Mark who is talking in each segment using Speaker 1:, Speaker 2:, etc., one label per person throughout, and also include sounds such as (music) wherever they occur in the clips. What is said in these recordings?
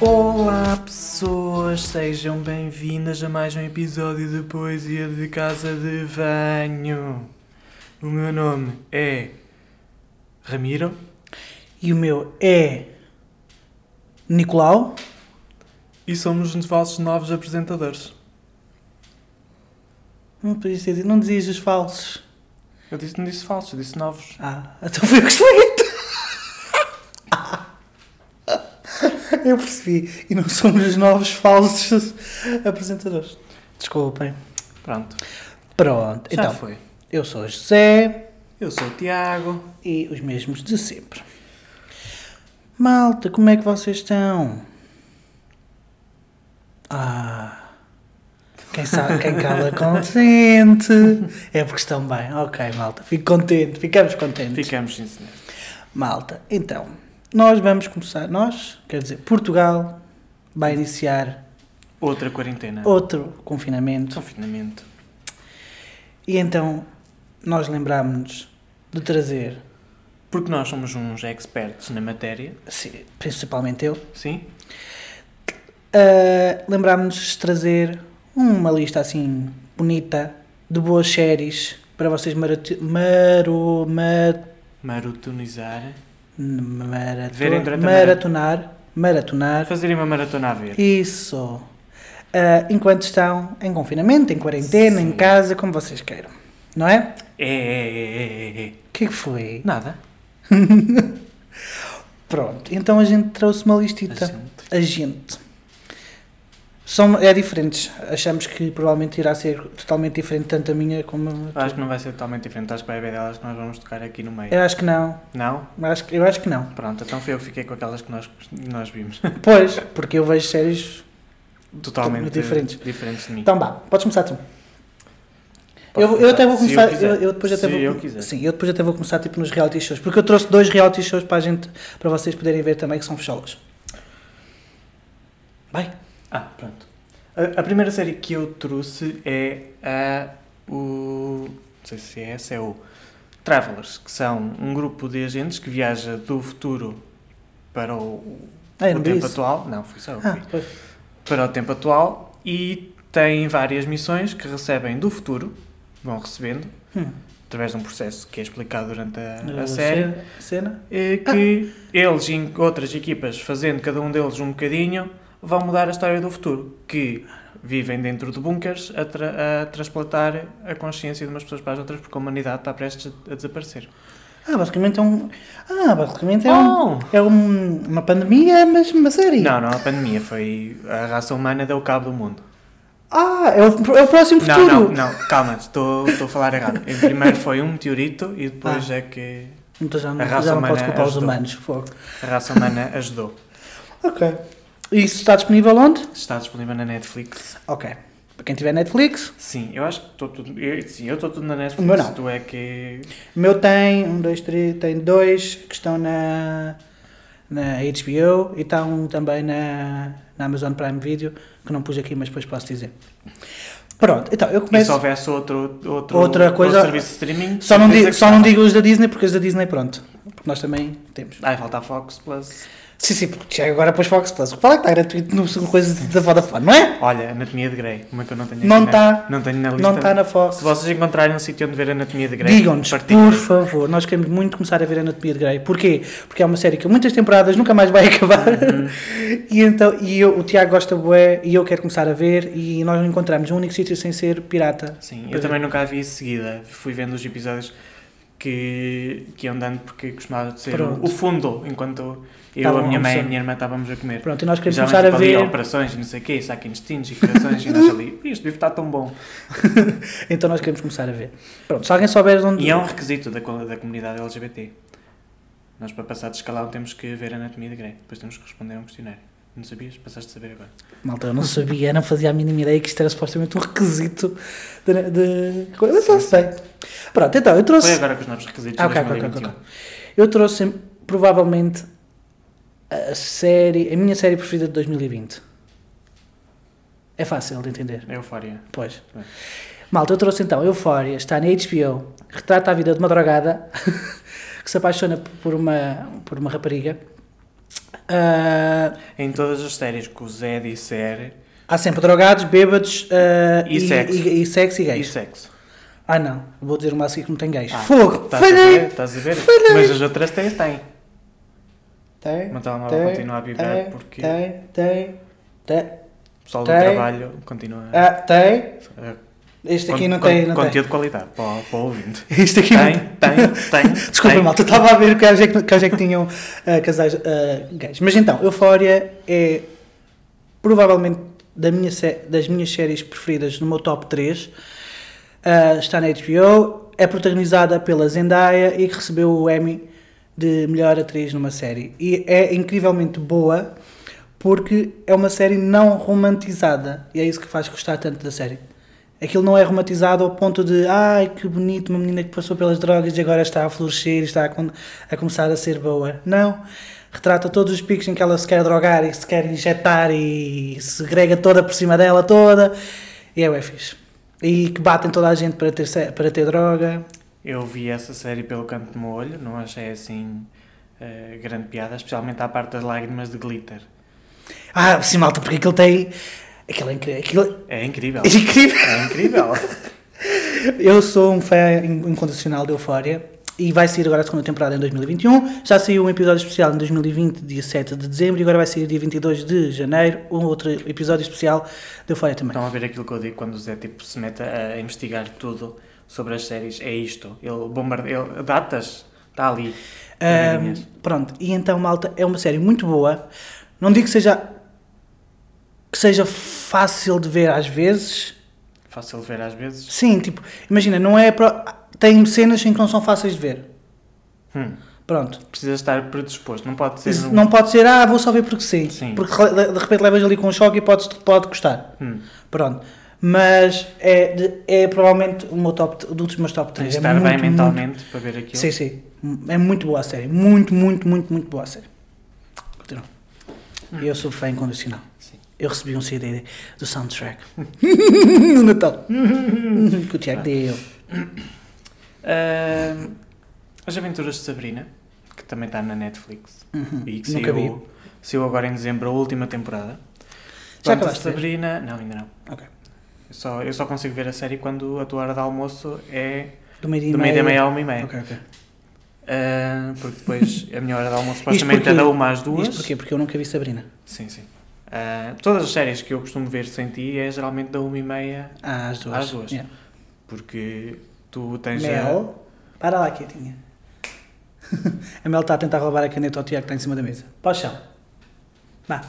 Speaker 1: Olá pessoas, sejam bem-vindas a mais um episódio de Poesia de Casa de Banho. O meu nome é Ramiro
Speaker 2: E o meu é. Nicolau.
Speaker 1: e somos os vossos novos apresentadores.
Speaker 2: Não podias ter dito- não dizias os falsos.
Speaker 1: Eu disse, não disse falsos, eu disse novos.
Speaker 2: Ah, então foi o que estou Eu percebi. E não somos os novos falsos apresentadores. Desculpem.
Speaker 1: Pronto,
Speaker 2: Pronto,
Speaker 1: já
Speaker 2: então.
Speaker 1: foi.
Speaker 2: Eu sou o José
Speaker 1: Eu sou o Tiago.
Speaker 2: e os mesmos de sempre. Malta, como é que vocês estão? Ah. Quem sabe, quem cala contente. É porque estão bem. Ok, malta. Fico contente. Ficamos contentes.
Speaker 1: Ficamos, sim senhor.
Speaker 2: Malta, então, nós vamos começar, nós, quer dizer, Portugal vai iniciar
Speaker 1: Outra quarentena.
Speaker 2: outro confinamento
Speaker 1: Confinamento.
Speaker 2: e então nós lembrámos-nos de trazer,
Speaker 1: Porque nós somos uns expertos na matéria,
Speaker 2: se- principalmente eu,
Speaker 1: sim?
Speaker 2: ah, lembrámos-nos de trazer uma lista assim bonita de boas séries para vocês marati- maro, ma-
Speaker 1: Marotonizar.
Speaker 2: marato-
Speaker 1: Verem durante a
Speaker 2: maratonar, maratonar,
Speaker 1: Fazerem uma maratona a ver.
Speaker 2: Isso. Ah, enquanto estão em confinamento, em quarentena,
Speaker 1: Sim.
Speaker 2: em casa, como vocês queiram. Não é?
Speaker 1: É, é, é, é, é, é.
Speaker 2: O que é que foi?
Speaker 1: Nada.
Speaker 2: Pronto, então a gente trouxe uma listita. A gente.
Speaker 1: Gente.
Speaker 2: São, é diferentes. Achamos que provavelmente irá ser totalmente diferente, tanto a minha como a tua.
Speaker 1: Acho que não vai ser totalmente diferente. Acho que vai haver delas que nós vamos tocar aqui no meio.
Speaker 2: Eu acho que não.
Speaker 1: Não?
Speaker 2: Acho, que- eu acho que não.
Speaker 1: Pronto, então foi eu que fiquei com aquelas que nós, que nós vimos. (laughs)
Speaker 2: Pois, porque eu vejo séries.
Speaker 1: Totalmente diferentes.
Speaker 2: Diferentes.
Speaker 1: diferentes de mim.
Speaker 2: Então vá, podes começar tu.
Speaker 1: Posso
Speaker 2: Eu, eu até vou
Speaker 1: se
Speaker 2: começar.
Speaker 1: quiser.
Speaker 2: eu, eu depois
Speaker 1: se
Speaker 2: até vou,
Speaker 1: eu quiser.
Speaker 2: Sim, eu depois até vou começar tipo nos reality shows, porque eu trouxe dois reality shows para a gente, para vocês poderem ver também que são fecholas. Vai.
Speaker 1: Ah, pronto. A, a primeira série que eu trouxe é a. O. Não sei se é essa, é o. Travelers, que são um grupo de agentes que viaja do futuro para o,
Speaker 2: Ah, eu
Speaker 1: o
Speaker 2: não vi
Speaker 1: Um tempo
Speaker 2: isso.
Speaker 1: atual. Não, foi só eu que
Speaker 2: Ah,
Speaker 1: vi.
Speaker 2: pois.
Speaker 1: para o tempo atual e têm várias missões que recebem do futuro, vão recebendo,
Speaker 2: Hum.
Speaker 1: através de um processo que é explicado durante a, a
Speaker 2: Eh,
Speaker 1: série,
Speaker 2: cena- Cena?
Speaker 1: e que eles e outras equipas, fazendo cada um deles um bocadinho, vão mudar a história do futuro, que vivem dentro de bunkers a, tra- a transplantar a consciência de umas pessoas para as outras, porque a humanidade está prestes a, a desaparecer.
Speaker 2: Ah, basicamente é um. Ah, basicamente é um.
Speaker 1: Oh!
Speaker 2: É um- uma pandemia, mas uma série.
Speaker 1: Não, não, a pandemia foi... a raça humana deu cabo do mundo.
Speaker 2: Ah, é o, é o próximo
Speaker 1: Não,
Speaker 2: futuro.
Speaker 1: não, não, calma, estou, estou a falar errado. Em primeiro foi um meteorito e
Speaker 2: Ah.
Speaker 1: depois é que
Speaker 2: Então já
Speaker 1: A
Speaker 2: não,
Speaker 1: raça
Speaker 2: já não podes
Speaker 1: humana é
Speaker 2: culpar os
Speaker 1: ajudou.
Speaker 2: humanos. Fogo.
Speaker 1: a raça humana ajudou.
Speaker 2: Ok. Isso está disponível onde?
Speaker 1: Está disponível na Netflix?
Speaker 2: Ok. Para quem tiver Netflix,
Speaker 1: Sim, eu acho que estou tudo. eu- sim, eu estou tudo na Netflix.
Speaker 2: O meu não.
Speaker 1: Tu é que.
Speaker 2: O meu tem um, dois, três, tem dois que estão na, na HBO e está um também na, na Amazon Prime Video, que não pus aqui, mas depois posso dizer. Pronto, então eu
Speaker 1: E se
Speaker 2: começo.
Speaker 1: houvesse outro, outro,
Speaker 2: Outra
Speaker 1: outro
Speaker 2: coisa-
Speaker 1: serviço de streaming.
Speaker 2: Só não,
Speaker 1: certeza
Speaker 2: digo,
Speaker 1: que
Speaker 2: só não
Speaker 1: estava.
Speaker 2: digo os da Disney, porque os da Disney, pronto. Porque nós também temos.
Speaker 1: Ai, falta a Fox Plus.
Speaker 2: Sim, sim, porque chega agora para os Fox Plus. O que fala é que está gratuito no coisa da Vodafone, não é?
Speaker 1: Olha, Anatomia de Grey. Como é que eu não tenho
Speaker 2: Não
Speaker 1: aqui
Speaker 2: está.
Speaker 1: Na, não tenho na lista.
Speaker 2: Não está na
Speaker 1: Se
Speaker 2: Fox.
Speaker 1: vocês encontrarem um sítio onde ver Anatomia de Grey,
Speaker 2: Digam-nos,
Speaker 1: partilhem.
Speaker 2: por favor, nós queremos muito começar a ver Anatomia de Grey. Porquê? Porque é uma série que muitas temporadas nunca mais vai (laughs) acabar.
Speaker 1: Hum,
Speaker 2: e então, e eu, o Tiago gosta bué e eu quero começar a ver e nós não encontramos um único sítio sem ser pirata.
Speaker 1: Sim, eu
Speaker 2: Pois é.
Speaker 1: também nunca a vi em seguida. Fui vendo os episódios que, que iam dando porque costumava de ser o,
Speaker 2: Pronto.
Speaker 1: o fundo, enquanto eu,
Speaker 2: Estavam
Speaker 1: a minha
Speaker 2: a
Speaker 1: mãe e a
Speaker 2: almoçar.
Speaker 1: minha irmã estávamos a comer.
Speaker 2: Pronto, e nós queremos
Speaker 1: Geralmente
Speaker 2: começar a
Speaker 1: tipo ali,
Speaker 2: ver,
Speaker 1: operações, e não sei o quê, saque instintos e corações e nós ali. Isto deve estar tá tão bom.
Speaker 2: então nós queremos começar a ver. Pronto, se alguém souber de onde
Speaker 1: E é um requisito da, co- da comunidade LGBT. Nós, para passar de escalão, temos que ver a anatomia de Grey. Depois temos que responder a um questionário. Não sabias? Passaste a saber agora.
Speaker 2: Malta, eu não sabia, não fazia a mínima ideia que isto era supostamente um requisito de, de... Mas não sei. Pronto, então eu trouxe
Speaker 1: Foi agora com os novos requisitos
Speaker 2: Ah,
Speaker 1: de
Speaker 2: ok, ok,
Speaker 1: 2021.
Speaker 2: ok, Eu trouxe provavelmente a série, a minha série preferida de 2020. É fácil de entender,
Speaker 1: É Eufória.
Speaker 2: pois.
Speaker 1: Bem.
Speaker 2: Malta, eu trouxe então Eufória, está na HBO, retrata a vida (laughs) de uma drogada que se apaixona por uma, por uma rapariga Ah,
Speaker 1: Em todas as séries que o Zé disser
Speaker 2: há sempre drogados, bêbados ah,
Speaker 1: E sexo.
Speaker 2: e, e sexo e é
Speaker 1: e
Speaker 2: gays.
Speaker 1: sexo.
Speaker 2: Ah não, vou dizer uma assim que não tem gays.
Speaker 1: Ah,
Speaker 2: Fogo!
Speaker 1: Estás a ver?
Speaker 2: Falhei!
Speaker 1: Estás a ver?
Speaker 2: Falhei!
Speaker 1: Mas as outras têm, têm.
Speaker 2: Tem,
Speaker 1: O meu telemóvel
Speaker 2: tem,
Speaker 1: então, continua a vibrar
Speaker 2: tem,
Speaker 1: porque
Speaker 2: Tem, tem, tem.
Speaker 1: o pessoal do
Speaker 2: tem.
Speaker 1: trabalho continua a-
Speaker 2: Ah, tem.
Speaker 1: a.
Speaker 2: Este aqui
Speaker 1: con-
Speaker 2: não
Speaker 1: con-
Speaker 2: tem, não
Speaker 1: Conteúdo
Speaker 2: tem.
Speaker 1: de qualidade para, o- para o ouvinte.
Speaker 2: Este (laughs) aqui não
Speaker 1: Tem,
Speaker 2: tem.
Speaker 1: tem, tem.
Speaker 2: (laughs) Desculpa,
Speaker 1: tem.
Speaker 2: malta, estava a ver que hoje é que, que, hoje é que tinham ah, casais ah, gays. Mas então, Euphoria é provavelmente da minha sé- das minhas séries preferidas no meu top 3. está na HBO, é protagonizada pela Zendaya e que recebeu o Emmy de melhor atriz numa série. E é incrivelmente boa porque é uma série não romantizada e é isso que faz gostar tanto da série. Aquilo não é romantizado ao ponto de ai que bonito, uma menina que passou pelas drogas e agora está a florescer e está a, con- a começar a ser boa. Não. Retrata todos os picos em que ela se quer drogar e se quer injetar e se grega toda por cima dela toda. E é o fixe. E que batem toda a gente para ter, se- para ter droga.
Speaker 1: Eu vi essa série pelo canto do meu olho, não achei assim eh, grande piada, especialmente à parte das lágrimas de glitter.
Speaker 2: Ah, sim, malta, porque aquilo tem. Aquilo é incrível. Aquilo
Speaker 1: É incrível.
Speaker 2: (laughs) é incrível.
Speaker 1: É incrível.
Speaker 2: Eu sou um fã incondicional de Euphoria e vai sair agora a segunda temporada em 2021. Já saiu um episódio especial em 2020, dia 7 de dezembro, e agora vai sair dia 22 de janeiro um outro episódio especial de Euphoria também.
Speaker 1: Estão a ver aquilo que eu digo quando o Zé tipo, se mete a, a investigar tudo sobre as séries? É isto. Ele bombardeia. ele- Datas. Está ali.
Speaker 2: Ahm,
Speaker 1: Maravilhas.
Speaker 2: Ah, pronto, e então, malta, é uma série muito boa. Não digo que seja que seja fácil de ver às vezes.
Speaker 1: Fácil de ver às vezes.
Speaker 2: Sim, tipo, imagina, não é. pro- Tem cenas em que não são fáceis de ver.
Speaker 1: Hum,
Speaker 2: Pronto.
Speaker 1: precisa estar predisposto. Não pode ser.
Speaker 2: Isso
Speaker 1: um-
Speaker 2: Não pode ser, ah, vou só ver porque sim.
Speaker 1: Sim.
Speaker 2: Porque de de repente levas ali com um choque e pode, pode custar.
Speaker 1: Hum,
Speaker 2: Pronto. Mas é, de- é provavelmente o meu top, um dos meus top
Speaker 1: tens de
Speaker 2: 3.
Speaker 1: estar
Speaker 2: é muito,
Speaker 1: bem
Speaker 2: muito-
Speaker 1: mentalmente para ver aquilo.
Speaker 2: sim, sim. É muito boa a série. Muito, muito, muito, muito boa a série. Continua. Eu sou fã incondicional.
Speaker 1: Sim.
Speaker 2: Eu recebi um CD do soundtrack (laughs) no Natal. que o Tiago deu.
Speaker 1: (laughs) Ahm, as Aventuras de Sabrina, que também está na Netflix.
Speaker 2: Uhum.
Speaker 1: E que
Speaker 2: Nunca vi.
Speaker 1: saiu, saiu agora em dezembro a última temporada.
Speaker 2: Já
Speaker 1: Pronto, a
Speaker 2: acabaste de ver?
Speaker 1: Sabrina. Não, ainda não.
Speaker 2: Ok.
Speaker 1: Eu só, eu só consigo ver a série quando a tua hora de almoço é
Speaker 2: Do meio-dia e
Speaker 1: do meio-dia e meia
Speaker 2: meia.
Speaker 1: a uma e meia.
Speaker 2: Ok, ok.
Speaker 1: Ah, porque depois
Speaker 2: (laughs)
Speaker 1: a minha hora de almoço supostamente
Speaker 2: porque-
Speaker 1: é da uma às duas.
Speaker 2: Isto porquê? Porque eu nunca vi Sabrina.
Speaker 1: Sim, sim. Ah, todas as séries que eu costumo ver sem ti é geralmente da uma e meia,
Speaker 2: Ah, às duas.
Speaker 1: Às duas.
Speaker 2: Yeah.
Speaker 1: porque tu tens a...
Speaker 2: Mel, para lá, quietinha. (laughs) a Mel está a tentar roubar a caneta ao Tiago que está em cima da mesa. Para o chão. Vá.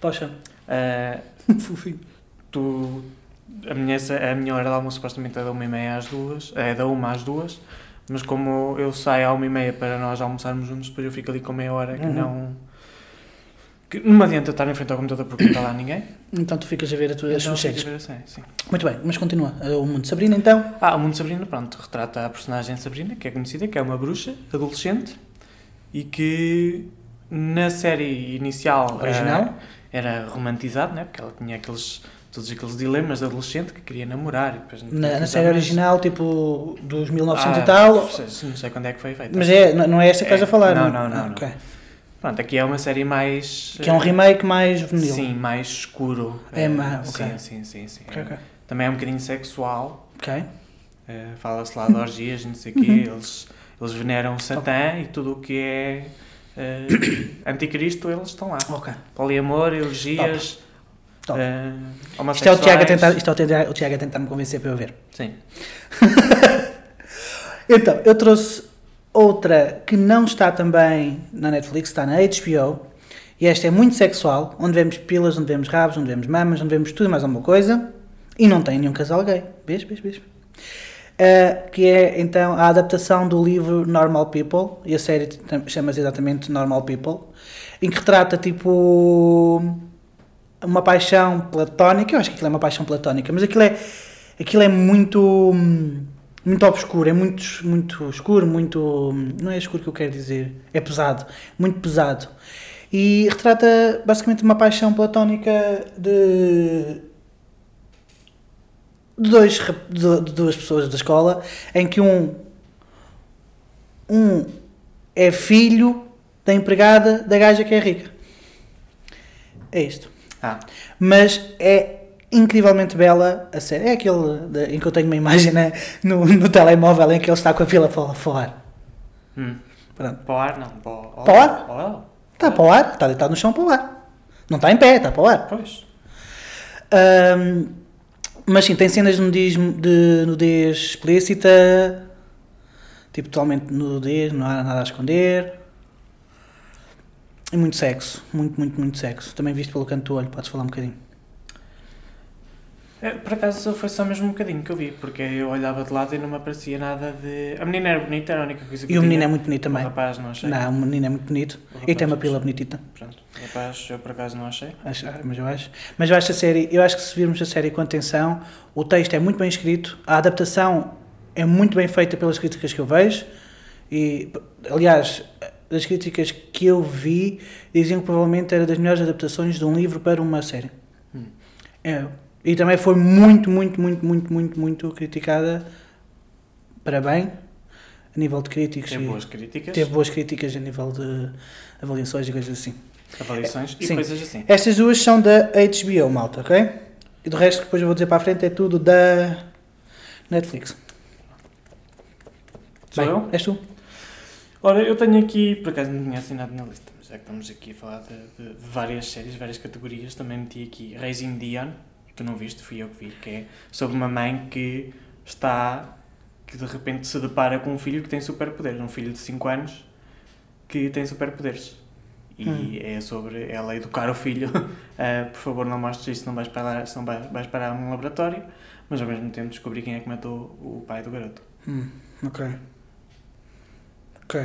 Speaker 2: Para o chão. (laughs)
Speaker 1: ah,
Speaker 2: Fofinho.
Speaker 1: tu a minha, a minha hora de almoço supostamente é da uma e meia às duas, é da uma às duas, mas como eu saio à uma e meia para nós almoçarmos juntos, depois eu fico ali com meia hora que
Speaker 2: Uhum.
Speaker 1: não. que não me adianta estar em frente ao computador porque não está lá ninguém.
Speaker 2: Então tu ficas a ver a tua, as
Speaker 1: Então
Speaker 2: tuas
Speaker 1: fica a
Speaker 2: séries.
Speaker 1: ver assim, sim.
Speaker 2: Muito bem, mas continua. Ah, O mundo de Sabrina, então.
Speaker 1: Ah, o mundo de Sabrina, pronto, retrata a personagem Sabrina, que é conhecida, que é uma bruxa adolescente e que na série inicial ah,
Speaker 2: Original.
Speaker 1: era romantizado, né? porque ela tinha aqueles, todos aqueles dilemas de adolescente que queria namorar. E depois não queria
Speaker 2: na, na
Speaker 1: casar,
Speaker 2: série
Speaker 1: mas-
Speaker 2: original, tipo, dos 1900
Speaker 1: tá Ah,
Speaker 2: e tal.
Speaker 1: se- Não sei quando é que foi feita.
Speaker 2: Mas é, não não é esta que estás
Speaker 1: É,
Speaker 2: a falar,
Speaker 1: não,
Speaker 2: é?
Speaker 1: não, não,
Speaker 2: Ah,
Speaker 1: não.
Speaker 2: ok.
Speaker 1: Pronto, aqui é uma série mais.
Speaker 2: Que é um remake mais juvenil.
Speaker 1: Sim, mais escuro.
Speaker 2: É
Speaker 1: Eh,
Speaker 2: má- ok.
Speaker 1: Sim, sim, sim. sim.
Speaker 2: Ok, ok.
Speaker 1: Também é um bocadinho sexual.
Speaker 2: Ok.
Speaker 1: eh, Fala-se lá de orgias, não sei o quê.
Speaker 2: Uhum.
Speaker 1: Eles, eles veneram Satã e tudo o que é eh, anticristo, eles estão lá.
Speaker 2: Ok.
Speaker 1: Poliamor, elegias. eh,
Speaker 2: Top. Isto é o Tiago a
Speaker 1: homossexuais.
Speaker 2: tentar- isto é o Tiago- o Tiago a tentar me convencer para eu ver.
Speaker 1: Sim.
Speaker 2: Então, eu trouxe outra que não está também na Netflix, está na HBO. E esta é muito sexual, onde vemos pilas, onde vemos rabos, onde vemos mamas, onde vemos tudo e mais alguma coisa. E não tem nenhum casal gay. Beijo, beijo, beijo. Ah, que é então a adaptação do livro Normal People, e a série tam- chama-se exatamente Normal People, em que retrata tipo uma paixão platónica, eu acho que aquilo é uma paixão platónica, mas aquilo é, aquilo é muito, hum, muito obscuro, é muito, es- muito escuro, muito, hum, não é escuro que eu quero dizer, é pesado, muito pesado. E retrata basicamente uma paixão platónica de de dois, rap- de de duas pessoas da escola, em que um, um é filho da empregada da gaja que é rica. É isto.
Speaker 1: Ah,
Speaker 2: Mas é incrivelmente bela a série. É aquele de- em que eu tenho uma imagem né, no, no telemóvel em que ele está com a fila para o- para o ar.
Speaker 1: hum.
Speaker 2: Pronto.
Speaker 1: Para o ar, não. Para o oh,
Speaker 2: Para o ar?
Speaker 1: Para o ar?
Speaker 2: Está para o ar, está deitado no chão para o ar. Não está em pé, está para o ar.
Speaker 1: oh. Pois.
Speaker 2: Ahm, mas sim, tem cenas de nudez, de nudez explícita, tipo totalmente nudez, não há nada a esconder. E muito sexo, muito, muito, muito sexo. Também visto pelo canto do olho, podes falar um bocadinho.
Speaker 1: É, Por acaso foi só mesmo um bocadinho que eu vi, porque eu olhava de lado e não me aparecia nada de. A menina era bonita, era a única coisa que
Speaker 2: E o
Speaker 1: eu
Speaker 2: menino é
Speaker 1: tinha.
Speaker 2: muito bonito também.
Speaker 1: O rapaz não achei.
Speaker 2: Não, o menino é muito bonito.
Speaker 1: O
Speaker 2: E tem
Speaker 1: rapaz
Speaker 2: uma
Speaker 1: não
Speaker 2: pila
Speaker 1: achei.
Speaker 2: bonitita.
Speaker 1: Pronto. O rapaz eu por acaso não achei.
Speaker 2: Acho- ah, mas eu acho. Mas eu acho a série, eu acho que se virmos a série com atenção, o texto é muito bem escrito, a adaptação é muito bem feita pelas críticas que eu vejo. E aliás, as críticas que eu vi diziam que provavelmente era das melhores adaptações de um livro para uma série.
Speaker 1: Hum.
Speaker 2: É. E também foi muito, muito, muito, muito, muito, muito criticada para bem a nível de críticos.
Speaker 1: Teve
Speaker 2: e
Speaker 1: boas críticas,
Speaker 2: teve boas críticas a nível de avaliações e coisas assim.
Speaker 1: avaliações e
Speaker 2: Sim.
Speaker 1: coisas assim.
Speaker 2: Estas duas são da HBO, malta, ok? E do resto, depois eu vou dizer para a frente, é tudo da Netflix.
Speaker 1: Sou eu?
Speaker 2: És tu?
Speaker 1: Ora, eu tenho aqui, por acaso não tinha assinado na lista, mas já que estamos aqui a falar de, de- de várias séries, várias categorias, também meti aqui Raising Dion, que tu não viste, fui eu que vi, que é sobre uma mãe que está, que de repente se depara com um filho que tem superpoderes, um filho de 5 anos que tem superpoderes. E
Speaker 2: Hum.
Speaker 1: é sobre ela educar o filho, (laughs) a, por favor não mostres isso, não vais parar, senão vai- vais parar num laboratório, mas ao mesmo tempo descobrir quem é que matou o pai do garoto.
Speaker 2: Hum, ok. Ok.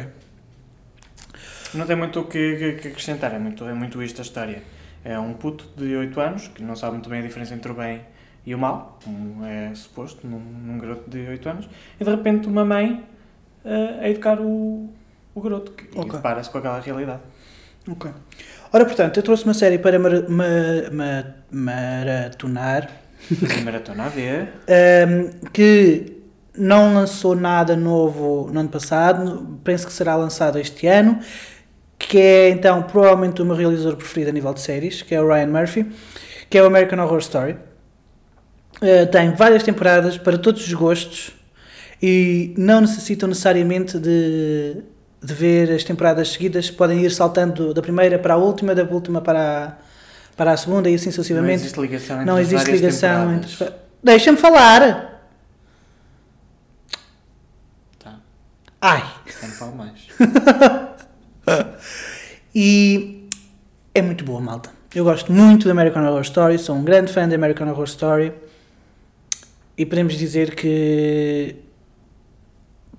Speaker 1: Não tem muito o que, que- que acrescentar, é muito, é muito isto a história. É um puto de 8 anos que não sabe muito bem a diferença entre o bem e o mal, como é suposto num, num garoto de 8 anos, e de repente uma mãe eh, a educar o, o garoto que
Speaker 2: Ok.
Speaker 1: e depara-se com aquela realidade.
Speaker 2: Ok. Ora, portanto, eu trouxe uma série para mara- ma- ma- maratonar
Speaker 1: E maratona a ver.
Speaker 2: ahm, Ehm, que não lançou nada novo no ano passado, penso que será lançado este ano, que é então provavelmente o meu realizador preferido a nível de séries, que é o Ryan Murphy, que é o American Horror Story. Eh, tem várias temporadas para todos os gostos e não necessitam necessariamente de, de ver as temporadas seguidas, podem ir saltando da primeira para a última, da última para a, para a segunda e assim
Speaker 1: Não
Speaker 2: sucessivamente.
Speaker 1: existe ligação entre
Speaker 2: Não
Speaker 1: as
Speaker 2: existe
Speaker 1: várias
Speaker 2: ligação entre.
Speaker 1: temporadas.
Speaker 2: as- Deixa-me falar!
Speaker 1: Tá,
Speaker 2: Ai!
Speaker 1: já não falo mais.
Speaker 2: E é muito boa, malta. Eu gosto muito da American Horror Story, sou um grande fã da American Horror Story. E podemos dizer que.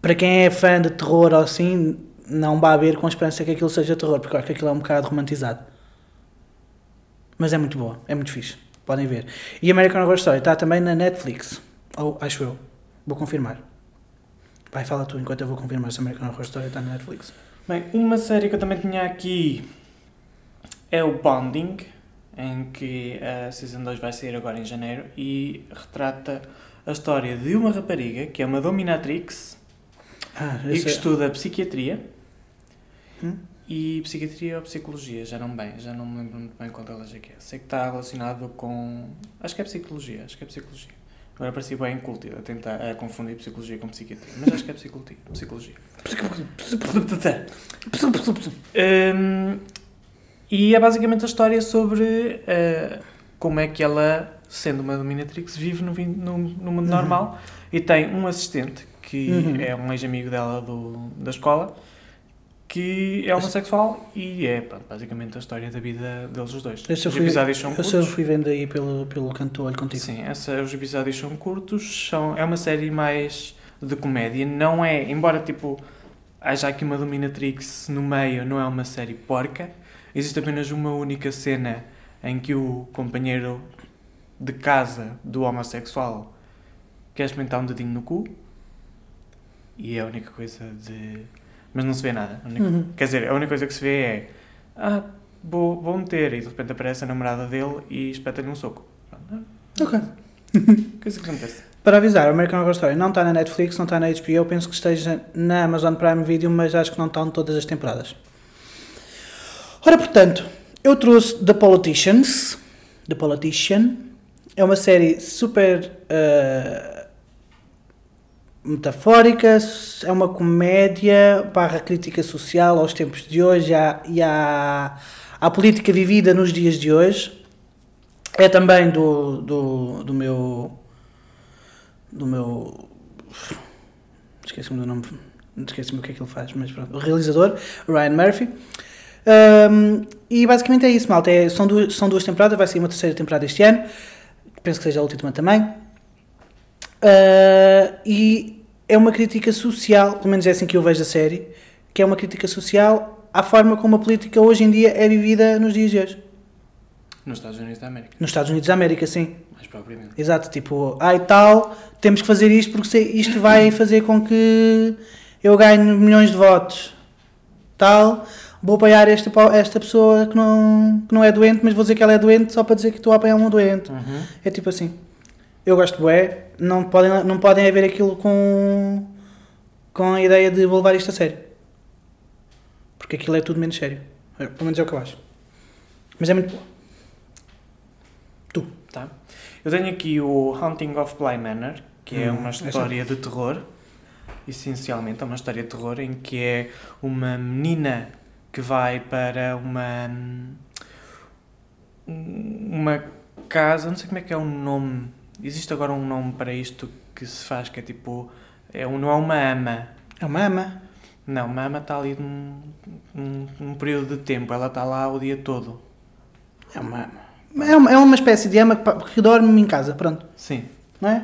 Speaker 2: Para quem é fã de terror ou assim, não vá ver com a esperança que aquilo seja terror, porque eu acho que aquilo é um bocado romantizado. Mas é muito boa, é muito fixe. Podem ver. E American Horror Story está também na Netflix. Ou acho eu. Vou confirmar. Vai, fala tu enquanto eu vou confirmar se American Horror Story está na Netflix.
Speaker 1: Bem, uma série que eu também tinha aqui é o Bonding, em que a Season 2 vai sair agora em janeiro e retrata a história de uma rapariga que é uma dominatrix
Speaker 2: Ah,
Speaker 1: e que estuda psiquiatria
Speaker 2: Hum?
Speaker 1: e psiquiatria ou psicologia, já não bem, já não me lembro muito bem qual delas é que é. Sei que está relacionado com. Acho que é psicologia, acho que é psicologia. Agora pareci bem inculto a tentar a confundir psicologia com psiquiatria, mas acho que é psicologia. psicologia. Hum, e é basicamente a história sobre eh, como é que ela, sendo uma dominatrix, vive no, vin- no, no mundo
Speaker 2: Uhum.
Speaker 1: normal e tem um assistente que
Speaker 2: Uhum.
Speaker 1: é um ex-amigo dela do, da escola que é homossexual e é pronto, basicamente a história da vida deles os dois.
Speaker 2: Eu só
Speaker 1: Os
Speaker 2: fui-
Speaker 1: episódios são
Speaker 2: Eu só
Speaker 1: curtos.
Speaker 2: fui vendo aí pelo, pelo canto do olho contigo.
Speaker 1: Sim, essa, os episódios são curtos, são, é uma série mais de comédia, não é, embora tipo haja aqui uma dominatrix no meio, não é uma série porca, existe apenas uma única cena em que o companheiro de casa do homossexual quer experimentar um dedinho no cu e é a única coisa de... mas não se vê nada, a única
Speaker 2: Uhum.
Speaker 1: Quer dizer, a única coisa que se vê é ah, vou, vou meter e de repente aparece a namorada dele e espeta-lhe um soco.
Speaker 2: Ok.
Speaker 1: O que é isso que acontece?
Speaker 2: Para avisar, o American Horror Story não está na Netflix, não está na HBO, penso que esteja na Amazon Prime Video, mas acho que não estão todas as temporadas. Ora, portanto, Eu trouxe The Politicians. The Politician. É uma série super eh, metafórica, é uma comédia barra crítica social aos tempos de hoje à- e à, à política vivida nos dias de hoje. É também do, do, do meu. do meu. esqueci-me do nome, esqueci-me o que é que ele faz, mas pronto. O realizador, Ryan Murphy. Ahm, e basicamente é isso, malta. É- são, duas, são duas temporadas, vai sair uma terceira temporada este ano. Penso que seja a última também. Ah, e é uma crítica social, pelo menos é assim que eu vejo a série, que é uma crítica social à forma como a política hoje em dia é vivida nos dias de hoje.
Speaker 1: Nos Estados Unidos da América,
Speaker 2: Nos Estados Unidos da América, sim.
Speaker 1: mais propriamente.
Speaker 2: Exato, tipo, ai tal, temos que fazer isto porque se- isto vai fazer com que eu ganhe milhões de votos. Tal, vou apoiar esta, pa- esta pessoa que não, que não é doente, mas vou dizer que ela é doente só para dizer que estou a apoiar um doente. É tipo assim. Eu gosto de bué, não podem, não podem haver aquilo com, com a ideia de vou levar isto a sério. Porque aquilo é tudo menos sério. É, Pelo menos é o que eu acho. Mas é muito boa.
Speaker 1: Tá. Eu tenho aqui o Haunting of Bly Manor, que é
Speaker 2: Hum,
Speaker 1: uma
Speaker 2: essa-
Speaker 1: história de terror. Essencialmente é uma história de terror em que é uma menina que vai para uma uma casa, não sei como é que é o nome. Existe agora um nome para isto que se faz que é tipo é um, não é uma ama.
Speaker 2: É uma ama.
Speaker 1: Não, uma ama está ali num, num, num período de tempo, ela está lá o dia todo.
Speaker 2: É uma ama. É uma, é uma espécie de ama que, pa- que dorme em casa, pronto.
Speaker 1: Sim.
Speaker 2: Não é?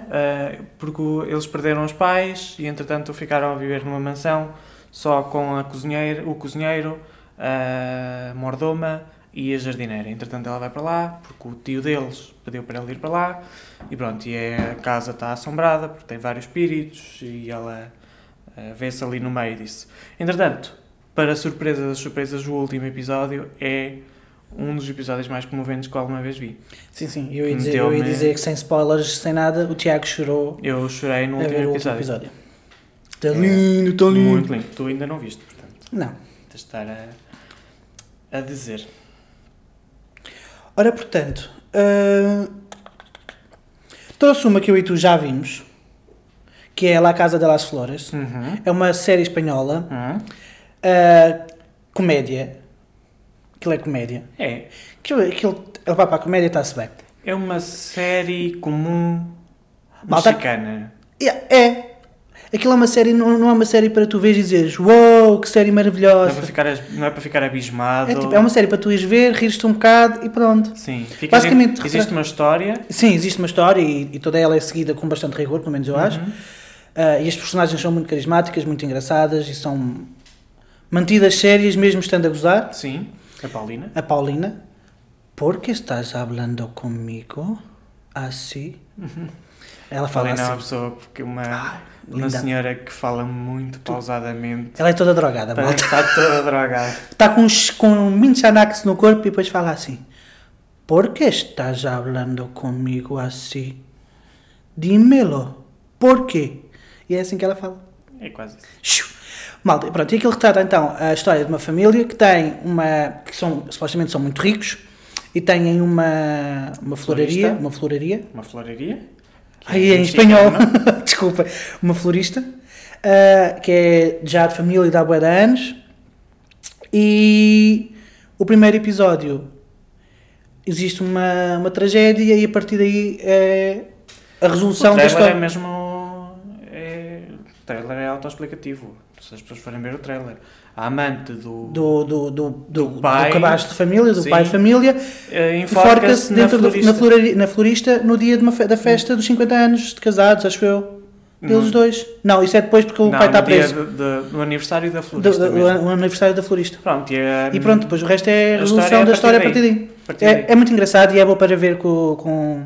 Speaker 1: Uh, porque o- eles perderam os pais e entretanto ficaram a viver numa mansão só com a cozinheira, o cozinheiro, a mordoma e a jardineira. Entretanto ela vai para lá porque o tio deles pediu para ela ir para lá e pronto, e é- a casa está assombrada porque tem vários espíritos e ela uh, vê-se ali no meio disso. Entretanto, para surpresa das surpresas, o último episódio é um dos episódios mais comoventes que eu alguma vez vi.
Speaker 2: Sim, sim. Eu ia dizer,
Speaker 1: Meteu-me-
Speaker 2: eu ia dizer que sem spoilers, sem nada, o Tiago chorou
Speaker 1: Eu chorei no
Speaker 2: a É ver
Speaker 1: último
Speaker 2: o último
Speaker 1: episódio.
Speaker 2: episódio. Tá
Speaker 1: É.
Speaker 2: lindo, tá lindo.
Speaker 1: Muito lindo. Tu ainda não viste, portanto.
Speaker 2: Não.
Speaker 1: Tens de estar a, a dizer.
Speaker 2: Ora, portanto, ah, trouxe uma que eu e tu já vimos, que é La Casa de las Flores.
Speaker 1: Uhum.
Speaker 2: É uma série espanhola,
Speaker 1: Uhum.
Speaker 2: ah, comédia. Aquilo é comédia.
Speaker 1: É.
Speaker 2: Aquilo, aquilo, ele vai para a comédia e está-se bem.
Speaker 1: É uma série comum
Speaker 2: Malta-
Speaker 1: mexicana.
Speaker 2: Yeah, é. Aquilo é uma série, não, não é uma série para tu veres e dizeres Uou, que série
Speaker 1: Não é, para
Speaker 2: maravilhosa.
Speaker 1: ficar, as- não é para ficar abismado.
Speaker 2: É, tipo, é uma série para tu ires ver, rires-te um bocado e pronto.
Speaker 1: Sim. Fica
Speaker 2: Basicamente,
Speaker 1: existe uma história.
Speaker 2: Sim, existe uma história e, e toda ela é seguida com bastante rigor, pelo menos eu acho.
Speaker 1: Uhum.
Speaker 2: Ah, e as personagens são muito carismáticas, muito engraçadas e são mantidas sérias mesmo estando a gozar.
Speaker 1: Sim. A Paulina.
Speaker 2: A Paulina, por que estás hablando comigo assim? Ela
Speaker 1: A Uhum. Paulina é uma
Speaker 2: fala assim. Ah,
Speaker 1: pessoa, porque uma, uma
Speaker 2: linda.
Speaker 1: senhora que fala muito pausadamente.
Speaker 2: Ela é toda drogada, malta.
Speaker 1: Parece que Está toda drogada.
Speaker 2: Está com, uns- com um mini xanax no corpo e depois fala assim: Por que estás falando comigo assim? Dímelo. Por quê? E é assim que ela fala.
Speaker 1: É quase isso.
Speaker 2: Xiu. Malta, pronto, e aquilo retrata então a história de uma família que tem uma. que são, supostamente são muito ricos e têm uma. uma floraria.
Speaker 1: Florista.
Speaker 2: Uma floraria.
Speaker 1: Uma floraria. que
Speaker 2: Aí
Speaker 1: é
Speaker 2: em
Speaker 1: mexicana.
Speaker 2: espanhol,
Speaker 1: é?
Speaker 2: (laughs) desculpa, uma florista, ah, que é já de família e de há bué de anos, e o primeiro episódio existe uma, uma tragédia e a partir daí é a resolução
Speaker 1: o
Speaker 2: da
Speaker 1: trailer
Speaker 2: história.
Speaker 1: é mesmo. É, o trailer é autoexplicativo. Se as pessoas forem ver o trailer, a amante do.
Speaker 2: Do, do, do, do, do
Speaker 1: pai.
Speaker 2: cabaz de família, do
Speaker 1: Sim.
Speaker 2: pai de família,
Speaker 1: eh,
Speaker 2: enforca-se
Speaker 1: Enforca-se
Speaker 2: dentro
Speaker 1: na
Speaker 2: do- na,
Speaker 1: florista. Hum.
Speaker 2: florari- na florista no dia de uma fe- da festa dos 50 anos de casados, acho eu, deles
Speaker 1: Não.
Speaker 2: dois. Não, isso é depois porque o
Speaker 1: Hum. Não,
Speaker 2: pai está
Speaker 1: no dia
Speaker 2: preso.
Speaker 1: do- do- no aniversário da
Speaker 2: Do- do-
Speaker 1: florista. mesmo.
Speaker 2: o aniversário da florista.
Speaker 1: Pronto, e, a-
Speaker 2: E pronto, depois o resto é a
Speaker 1: A
Speaker 2: resolução da
Speaker 1: história
Speaker 2: história a
Speaker 1: é
Speaker 2: partir
Speaker 1: partir
Speaker 2: daí.
Speaker 1: a partir daí,
Speaker 2: É, é muito engraçado e é bom para ver com, com,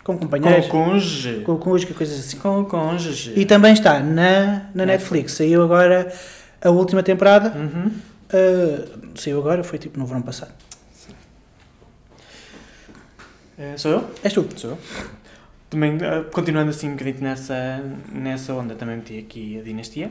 Speaker 2: é com companheiros,
Speaker 1: Com conge.
Speaker 2: com, com música, coisas assim.
Speaker 1: Com conge.
Speaker 2: E tá- também está na, na Netflix. Saiu agora a última temporada.
Speaker 1: Uhum.
Speaker 2: Ah, saiu agora, foi tipo no verão passado.
Speaker 1: Eh, sou eu?
Speaker 2: És tu.
Speaker 1: Sou eu. Também, eh, continuando assim um bocadinho nessa, nessa onda, também meti aqui a Dinastia.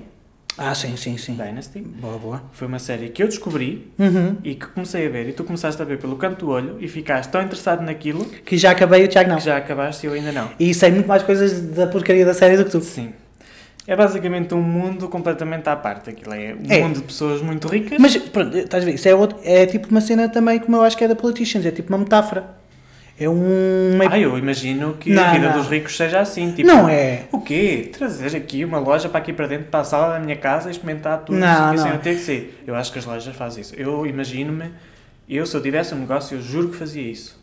Speaker 2: Ah, sim, sim, sim.
Speaker 1: Dynasty.
Speaker 2: Boa, boa.
Speaker 1: Foi uma série que eu descobri
Speaker 2: Uhum.
Speaker 1: e que comecei a ver. E tu começaste a ver pelo canto do olho e ficaste tão interessado naquilo
Speaker 2: Que já acabei o Tiago não.
Speaker 1: que já acabaste e eu ainda não.
Speaker 2: E sei muito mais coisas da porcaria da série do que tu.
Speaker 1: Sim. É basicamente um mundo completamente à parte. Aquilo é um
Speaker 2: É.
Speaker 1: mundo de pessoas muito ricas.
Speaker 2: Mas pronto, estás a ver? Isso é, outro- é tipo uma cena também, como eu acho que é da Politicians, é tipo uma metáfora. É um.
Speaker 1: Ah, eu imagino que a
Speaker 2: Não,
Speaker 1: vida
Speaker 2: não.
Speaker 1: dos ricos seja assim. Tipo,
Speaker 2: Não é.
Speaker 1: O quê? Trazer aqui uma loja para aqui para dentro, para a sala da minha casa e experimentar tudo
Speaker 2: Não,
Speaker 1: não,
Speaker 2: não.
Speaker 1: sem eu ter que sair. Eu acho que as lojas fazem isso. Eu imagino-me, eu se eu tivesse um negócio, eu juro que fazia isso.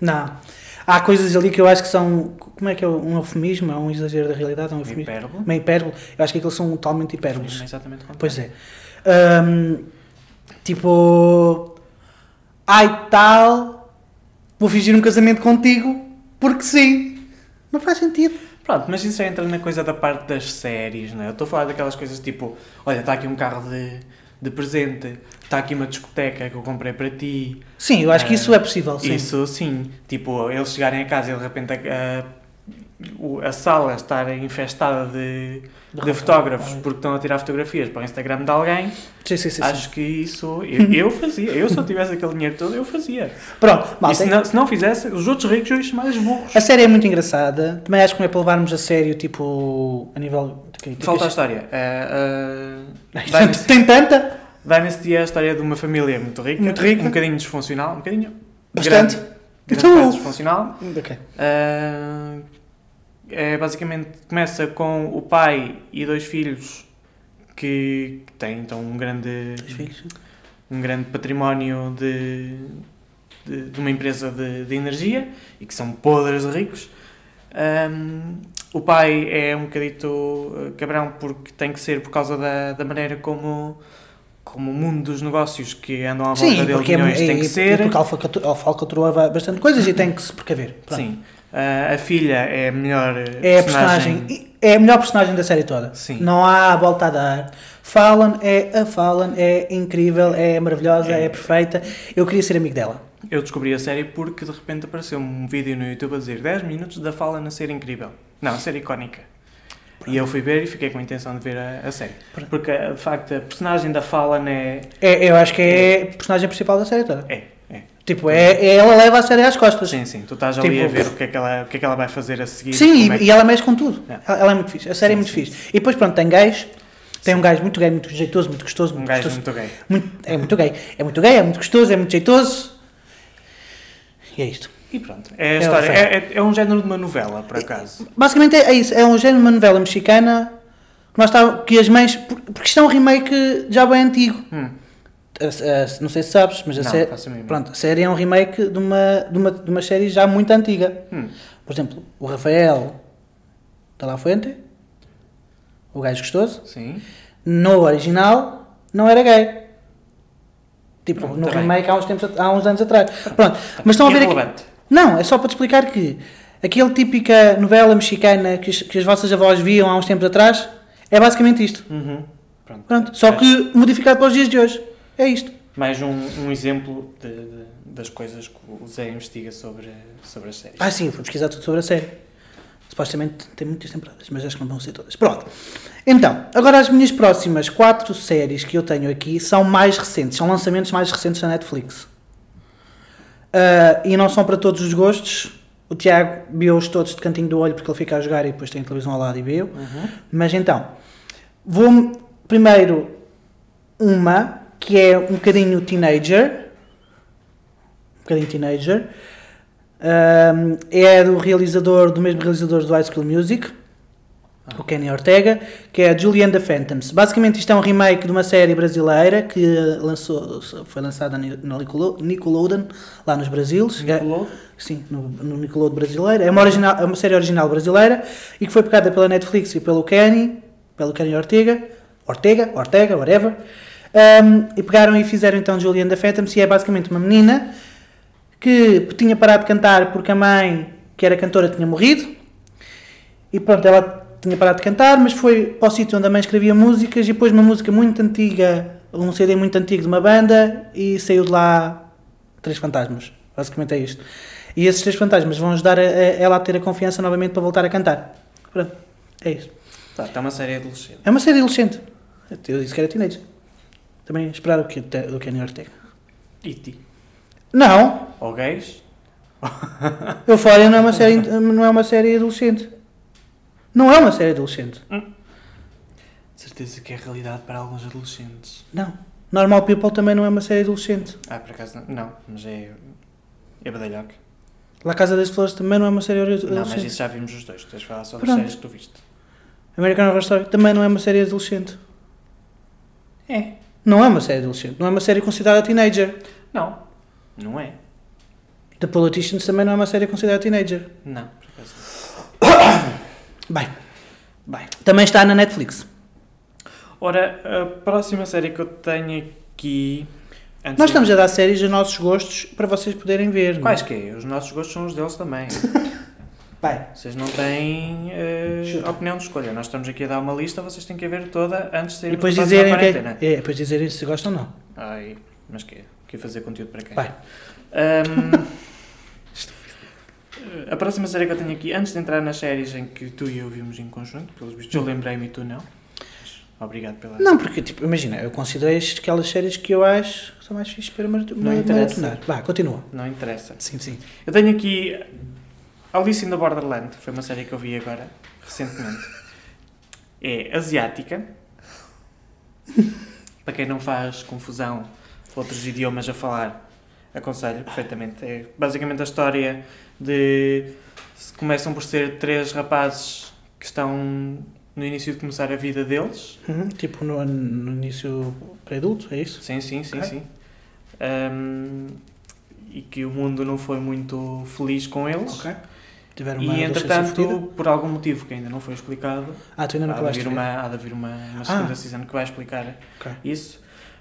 Speaker 2: Não. Há coisas ali que eu acho que são. Como é que é? Um eufemismo? É um exagero da realidade? É um eufemismo?
Speaker 1: Hipérbole.
Speaker 2: Uma hipérbole? Eu acho que aquilo são totalmente hipérboles.
Speaker 1: É exatamente o contrário.
Speaker 2: Pois é. Ahm, tipo. Ai tal. Vou fingir um casamento contigo porque sim. Não faz sentido.
Speaker 1: Pronto, mas isso já entra na coisa da parte das séries, não é? Eu estou a falar daquelas coisas tipo, olha, está aqui um carro de, de presente, está aqui uma discoteca que eu comprei para ti.
Speaker 2: Sim, eu acho que isso é possível, sim.
Speaker 1: Isso sim, tipo, eles chegarem a casa e de repente a, a- o- a sala estar infestada de, de
Speaker 2: roupa.
Speaker 1: fotógrafos porque estão a tirar fotografias para o Instagram de alguém,
Speaker 2: Sim, sim, sim. sim.
Speaker 1: acho que isso eu, eu fazia, eu se eu tivesse aquele dinheiro todo, eu fazia.
Speaker 2: Pronto,
Speaker 1: e
Speaker 2: malta.
Speaker 1: se
Speaker 2: é
Speaker 1: não, se não fizesse, os outros ricos eu ia chamar os burros.
Speaker 2: A série é muito engraçada. Também acho que não é para levarmos a sério, tipo. A nível. ok, tipo-
Speaker 1: Falta a história. Eh, eh,
Speaker 2: Tem- (laughs) Tem tanta?
Speaker 1: Dynasty é a história de uma família muito rica,
Speaker 2: Muito rica.
Speaker 1: um bocadinho desfuncional, um bocadinho grande,
Speaker 2: Bastante.
Speaker 1: grande
Speaker 2: Então-
Speaker 1: parte desfuncional.
Speaker 2: Ok.
Speaker 1: Ah, é, basicamente começa com o pai e dois filhos que que têm então um grande
Speaker 2: Dois filhos.
Speaker 1: um grande património de, de, de uma empresa de, de energia e que são podres de ricos. Ahm, o pai é um bocadito eh, cabrão porque tem que ser por causa da, da maneira como, como o mundo dos negócios que andam à volta
Speaker 2: Sim,
Speaker 1: dele
Speaker 2: porque é,
Speaker 1: milhões
Speaker 2: é,
Speaker 1: tem que
Speaker 2: é-
Speaker 1: ser.
Speaker 2: é porque a alfacatu- a falcatrua vai bastante coisas e tem que se precaver. Pronto.
Speaker 1: Sim. Ah, a filha é a melhor eh,
Speaker 2: É a personagem. É a melhor personagem da série toda.
Speaker 1: Sim.
Speaker 2: Não há volta a dar. Fallon é a Fallon, é incrível, é maravilhosa, é,
Speaker 1: É.
Speaker 2: perfeita. Eu queria ser amigo dela.
Speaker 1: Eu descobri a série porque de repente apareceu um vídeo no YouTube a dizer 10 minutos da fala na série incrível. Não, a série icónica. E eu fui ver e fiquei com a intenção de ver a, a série.
Speaker 2: Pronto.
Speaker 1: Porque, eh, de facto, a personagem da Fallon é.
Speaker 2: É, eu acho que é a personagem principal da série toda.
Speaker 1: É, é.
Speaker 2: Tipo, é, é- ela leva a série às costas.
Speaker 1: Sim, sim. Tu estás ali
Speaker 2: Tipo-
Speaker 1: a ver o que, é que ela, o que é que ela vai fazer a seguir.
Speaker 2: Sim,
Speaker 1: como é
Speaker 2: e,
Speaker 1: que-
Speaker 2: e ela mexe com tudo.
Speaker 1: É.
Speaker 2: Ela, ela é muito fixe. A série é muito fixe. E depois, pronto, tem gays. Tem um gajo muito gay, muito jeitoso, muito gostoso.
Speaker 1: Um
Speaker 2: Muito
Speaker 1: gajo
Speaker 2: gostoso.
Speaker 1: muito gay.
Speaker 2: Muito- é muito gay. É muito gay, é muito gostoso, é muito jeitoso. E é isto.
Speaker 1: E pronto. É, a
Speaker 2: o
Speaker 1: história,
Speaker 2: Fallon.
Speaker 1: é, é- é um género de uma novela, por acaso.
Speaker 2: Basicamente é, é isso. É um género de uma novela mexicana que, nós tá, que as mães. por- Porque isto é um remake já bem antigo.
Speaker 1: Hum.
Speaker 2: A- a- não sei se sabes, mas a,
Speaker 1: Não,
Speaker 2: série,
Speaker 1: faço a mínima.
Speaker 2: pronto, a série é um remake de uma, de uma, de uma série já muito antiga.
Speaker 1: Hum.
Speaker 2: Por exemplo, o Rafael tá da La Fuente, o gajo gostoso,
Speaker 1: Sim.
Speaker 2: no original não era gay. Tipo,
Speaker 1: Não,
Speaker 2: no
Speaker 1: tá bem. é
Speaker 2: remake há uns, tempos, at- há uns anos atrás. Pronto, mas estão a ver aqui.
Speaker 1: Irrelevante.
Speaker 2: Não, é só para te explicar que aquela típica novela mexicana que as, que as vossas avós viam há uns tempos atrás é basicamente isto.
Speaker 1: Uhum. Pronto.
Speaker 2: Pronto, só
Speaker 1: É
Speaker 2: que modificado para os dias de hoje. É isto.
Speaker 1: Mais um, um exemplo de- de- das coisas que o Zé investiga sobre, sobre as séries.
Speaker 2: Ah, sim, fui pesquisar tudo sobre a série. Supostamente tem muitas temporadas, mas acho que não vão ser todas. Pronto. Então, agora as minhas próximas quatro séries que eu tenho aqui são mais recentes, são lançamentos mais recentes da Netflix. Ah, e não são para todos os gostos. O Tiago viu-os todos de cantinho do olho porque ele fica a jogar e depois tem a televisão ao lado e viu.
Speaker 1: Uhum.
Speaker 2: Mas então, vou primeiro uma que é um bocadinho teenager. Um bocadinho teenager. Ahm, é do realizador, do mesmo realizador do High School Music, o Kenny Ortega, que é a Julian the Phantoms. Basicamente isto é um remake de uma série brasileira que lançou, foi lançada na Nicolo- Nickelodeon, lá nos é Brasilos.
Speaker 1: Nickelodeon?
Speaker 2: Sim, no, no Nickelodeon brasileiro. É uma, original, é uma série original brasileira e que foi pegada pela Netflix e pelo Kenny, pelo Kenny Ortega, Ortega, Ortega, whatever. Um, e pegaram e fizeram então Julian da Phantoms e é basicamente uma menina que tinha parado de cantar porque a mãe, que era cantora, tinha morrido. E pronto, ela tinha parado de cantar, mas foi para o sítio onde a mãe escrevia músicas e pôs uma música muito antiga, um CD muito antigo de uma banda e saiu de lá três fantasmas. Basicamente é isto. E esses três fantasmas vão ajudar a- a- ela a ter a confiança novamente para voltar a cantar. Pronto, é isto.
Speaker 1: Tá, está uma série adolescente.
Speaker 2: É uma série adolescente. Eu disse que era teenager. Também esperar o que te- do Kenny Ortega.
Speaker 1: E ti?
Speaker 2: Não,
Speaker 1: Ou gays?
Speaker 2: Euphoria não é uma série, não é uma série adolescente. Não é uma série adolescente.
Speaker 1: De certeza que é realidade para alguns adolescentes.
Speaker 2: Não. Normal People também não é uma série adolescente.
Speaker 1: Ah, por acaso não. Não, mas é. É badalhoca.
Speaker 2: La Casa das Flores também não é uma série ado-
Speaker 1: Não, mas
Speaker 2: adolescente.
Speaker 1: isso já vimos os dois. Tens de falar só das
Speaker 2: Pronto.
Speaker 1: séries que tu viste.
Speaker 2: American Horror Story também não é uma série adolescente.
Speaker 1: É.
Speaker 2: Não é uma série adolescente. Não é uma série considerada teenager.
Speaker 1: Não. Não é?
Speaker 2: The Politicians também não é uma série considerada teenager.
Speaker 1: Não, por acaso não.
Speaker 2: Bem. Bem. Também está na Netflix.
Speaker 1: Ora, a próxima série que eu tenho aqui. antes
Speaker 2: Nós
Speaker 1: de-
Speaker 2: estamos a dar séries a nossos gostos para vocês poderem ver. não é?
Speaker 1: Quais que é? Os nossos gostos são os deles também.
Speaker 2: Bem.
Speaker 1: Vocês não têm eh,
Speaker 2: Chuta.
Speaker 1: opinião de escolha. Nós estamos aqui a dar uma lista, vocês têm que a ver toda antes de
Speaker 2: E
Speaker 1: sair
Speaker 2: depois dizerem, o que é- é, depois dizerem se gostam ou não.
Speaker 1: Ai, mas que que fazer conteúdo para quem?
Speaker 2: Vai. (laughs)
Speaker 1: Ahm, eh, a próxima série que eu tenho aqui, antes de entrar nas séries em que tu e eu vimos em conjunto, pelos vistos, eu lembrei-me e tu não. Mas Obrigado pela.
Speaker 2: Uhum. Não, porque, tipo, imagina, eu considerei as- aquelas séries que eu acho que são mais fixas para mar-
Speaker 1: Não
Speaker 2: mar-
Speaker 1: interessa.
Speaker 2: maratonar. Vá, continua.
Speaker 1: Não interessa.
Speaker 2: Sim, sim.
Speaker 1: Eu tenho aqui Alice in the Borderland, foi uma série que eu vi agora, recentemente. É
Speaker 2: (laughs)
Speaker 1: asiática. Para quem não faz confusão outros idiomas a falar, aconselho perfeitamente. É basicamente a história de. se Começam por ser três rapazes que estão no início de começar a vida deles.
Speaker 2: Uhum, Tipo, no, no início pré-adulto, é isso?
Speaker 1: Sim, sim, sim,
Speaker 2: Ok.
Speaker 1: sim. Ahm, e que o mundo não foi muito feliz com eles.
Speaker 2: Ok. Tiveram uma
Speaker 1: E
Speaker 2: adolescência fodida.
Speaker 1: entretanto, por algum motivo que ainda não foi explicado,
Speaker 2: Ah, tu ainda não
Speaker 1: há de
Speaker 2: acabaste
Speaker 1: haver
Speaker 2: de ver. Ah.
Speaker 1: uma, há de haver uma, uma segunda season que vai explicar
Speaker 2: Ok.
Speaker 1: isso.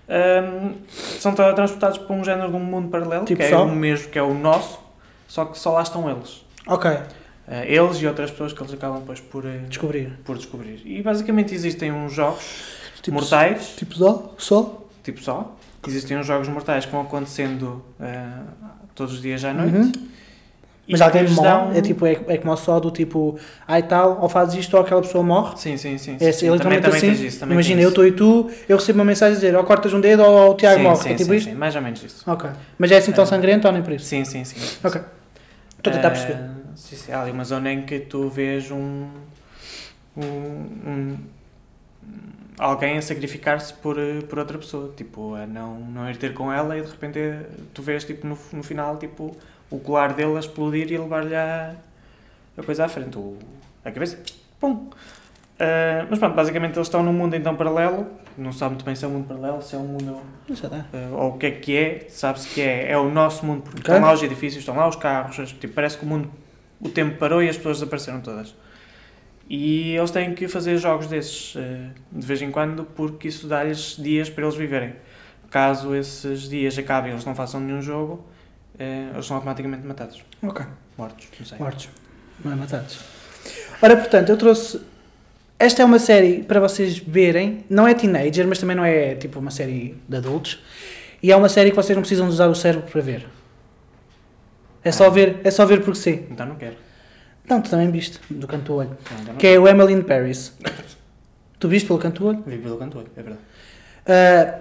Speaker 1: Ahm, são tra- transportados para um género de um mundo paralelo,
Speaker 2: Tipo
Speaker 1: que é
Speaker 2: Sol?
Speaker 1: o mesmo que é o nosso, só que só lá estão eles.
Speaker 2: Ok,
Speaker 1: Ah, eles e outras pessoas que eles acabam depois por, eh,
Speaker 2: descobrir.
Speaker 1: por descobrir. E basicamente existem uns jogos
Speaker 2: Tipo,
Speaker 1: mortais,
Speaker 2: Tipo sol? Sol?
Speaker 1: tipo só. Existem uns jogos mortais que vão acontecendo ah, todos os dias à noite.
Speaker 2: Uhum.
Speaker 1: E
Speaker 2: Mas alguém
Speaker 1: depois
Speaker 2: morre?
Speaker 1: dão-
Speaker 2: É tipo, é, é como o sol do tipo, ai tal, ou fazes isto ou aquela pessoa morre?
Speaker 1: Sim, sim, sim.
Speaker 2: É,
Speaker 1: sim.
Speaker 2: ele
Speaker 1: Também-
Speaker 2: também,
Speaker 1: também
Speaker 2: assim,
Speaker 1: tens isso, também
Speaker 2: imagina,
Speaker 1: tens
Speaker 2: eu estou e tu, eu recebo uma mensagem a dizer ou cortas um dedo ou, o Tiago
Speaker 1: sim,
Speaker 2: morre.
Speaker 1: Sim,
Speaker 2: é tipo
Speaker 1: sim,
Speaker 2: isto?
Speaker 1: sim, mais ou menos isso.
Speaker 2: Ok. Mas é assim tão
Speaker 1: É.
Speaker 2: sangrento ou nem por isso?
Speaker 1: Sim, sim, sim.
Speaker 2: Ok. Estou a tentar
Speaker 1: Eh,
Speaker 2: perceber.
Speaker 1: sim, sim, há ali uma zona em que tu vês um. um, um- alguém a sacrificar-se por, eh, por outra pessoa, tipo, a não, não ir ter com ela e de repente eh, tu vês tipo, no, no final tipo, o colar dele a explodir e levar-lhe a, a coisa à frente, o, a cabeça. Pum! Eh, mas pronto, basicamente eles estão num mundo então paralelo, não sabe muito bem se é um mundo paralelo, se é um mundo
Speaker 2: Já dá.
Speaker 1: eh, ou o que é que é, sabe-se que é, é o nosso mundo, porque
Speaker 2: Ok.
Speaker 1: estão lá os edifícios, estão lá os carros, as- tipo, parece que o mundo, o tempo parou e as pessoas desapareceram todas. E eles têm que fazer jogos desses eh, de vez em quando, porque isso dá-lhes dias para eles viverem. Caso esses dias acabem e eles não façam nenhum jogo, eh, eles são automaticamente matados,
Speaker 2: Ok.
Speaker 1: mortos, não sei.
Speaker 2: Mortos. Não é matados. Ora, portanto, eu trouxe. Esta é uma série para vocês verem. Não é teenager, mas também não é tipo uma série de adultos. E é uma série que vocês não precisam de usar o cérebro para ver. É só
Speaker 1: Ah.
Speaker 2: ver, é só ver porque sim.
Speaker 1: Então não quero.
Speaker 2: Não, tu também viste, do canto do olho.
Speaker 1: Então não
Speaker 2: Que é o Emily in Paris.
Speaker 1: (laughs)
Speaker 2: tu viste pelo canto do olho?
Speaker 1: Vi pelo canto, é verdade.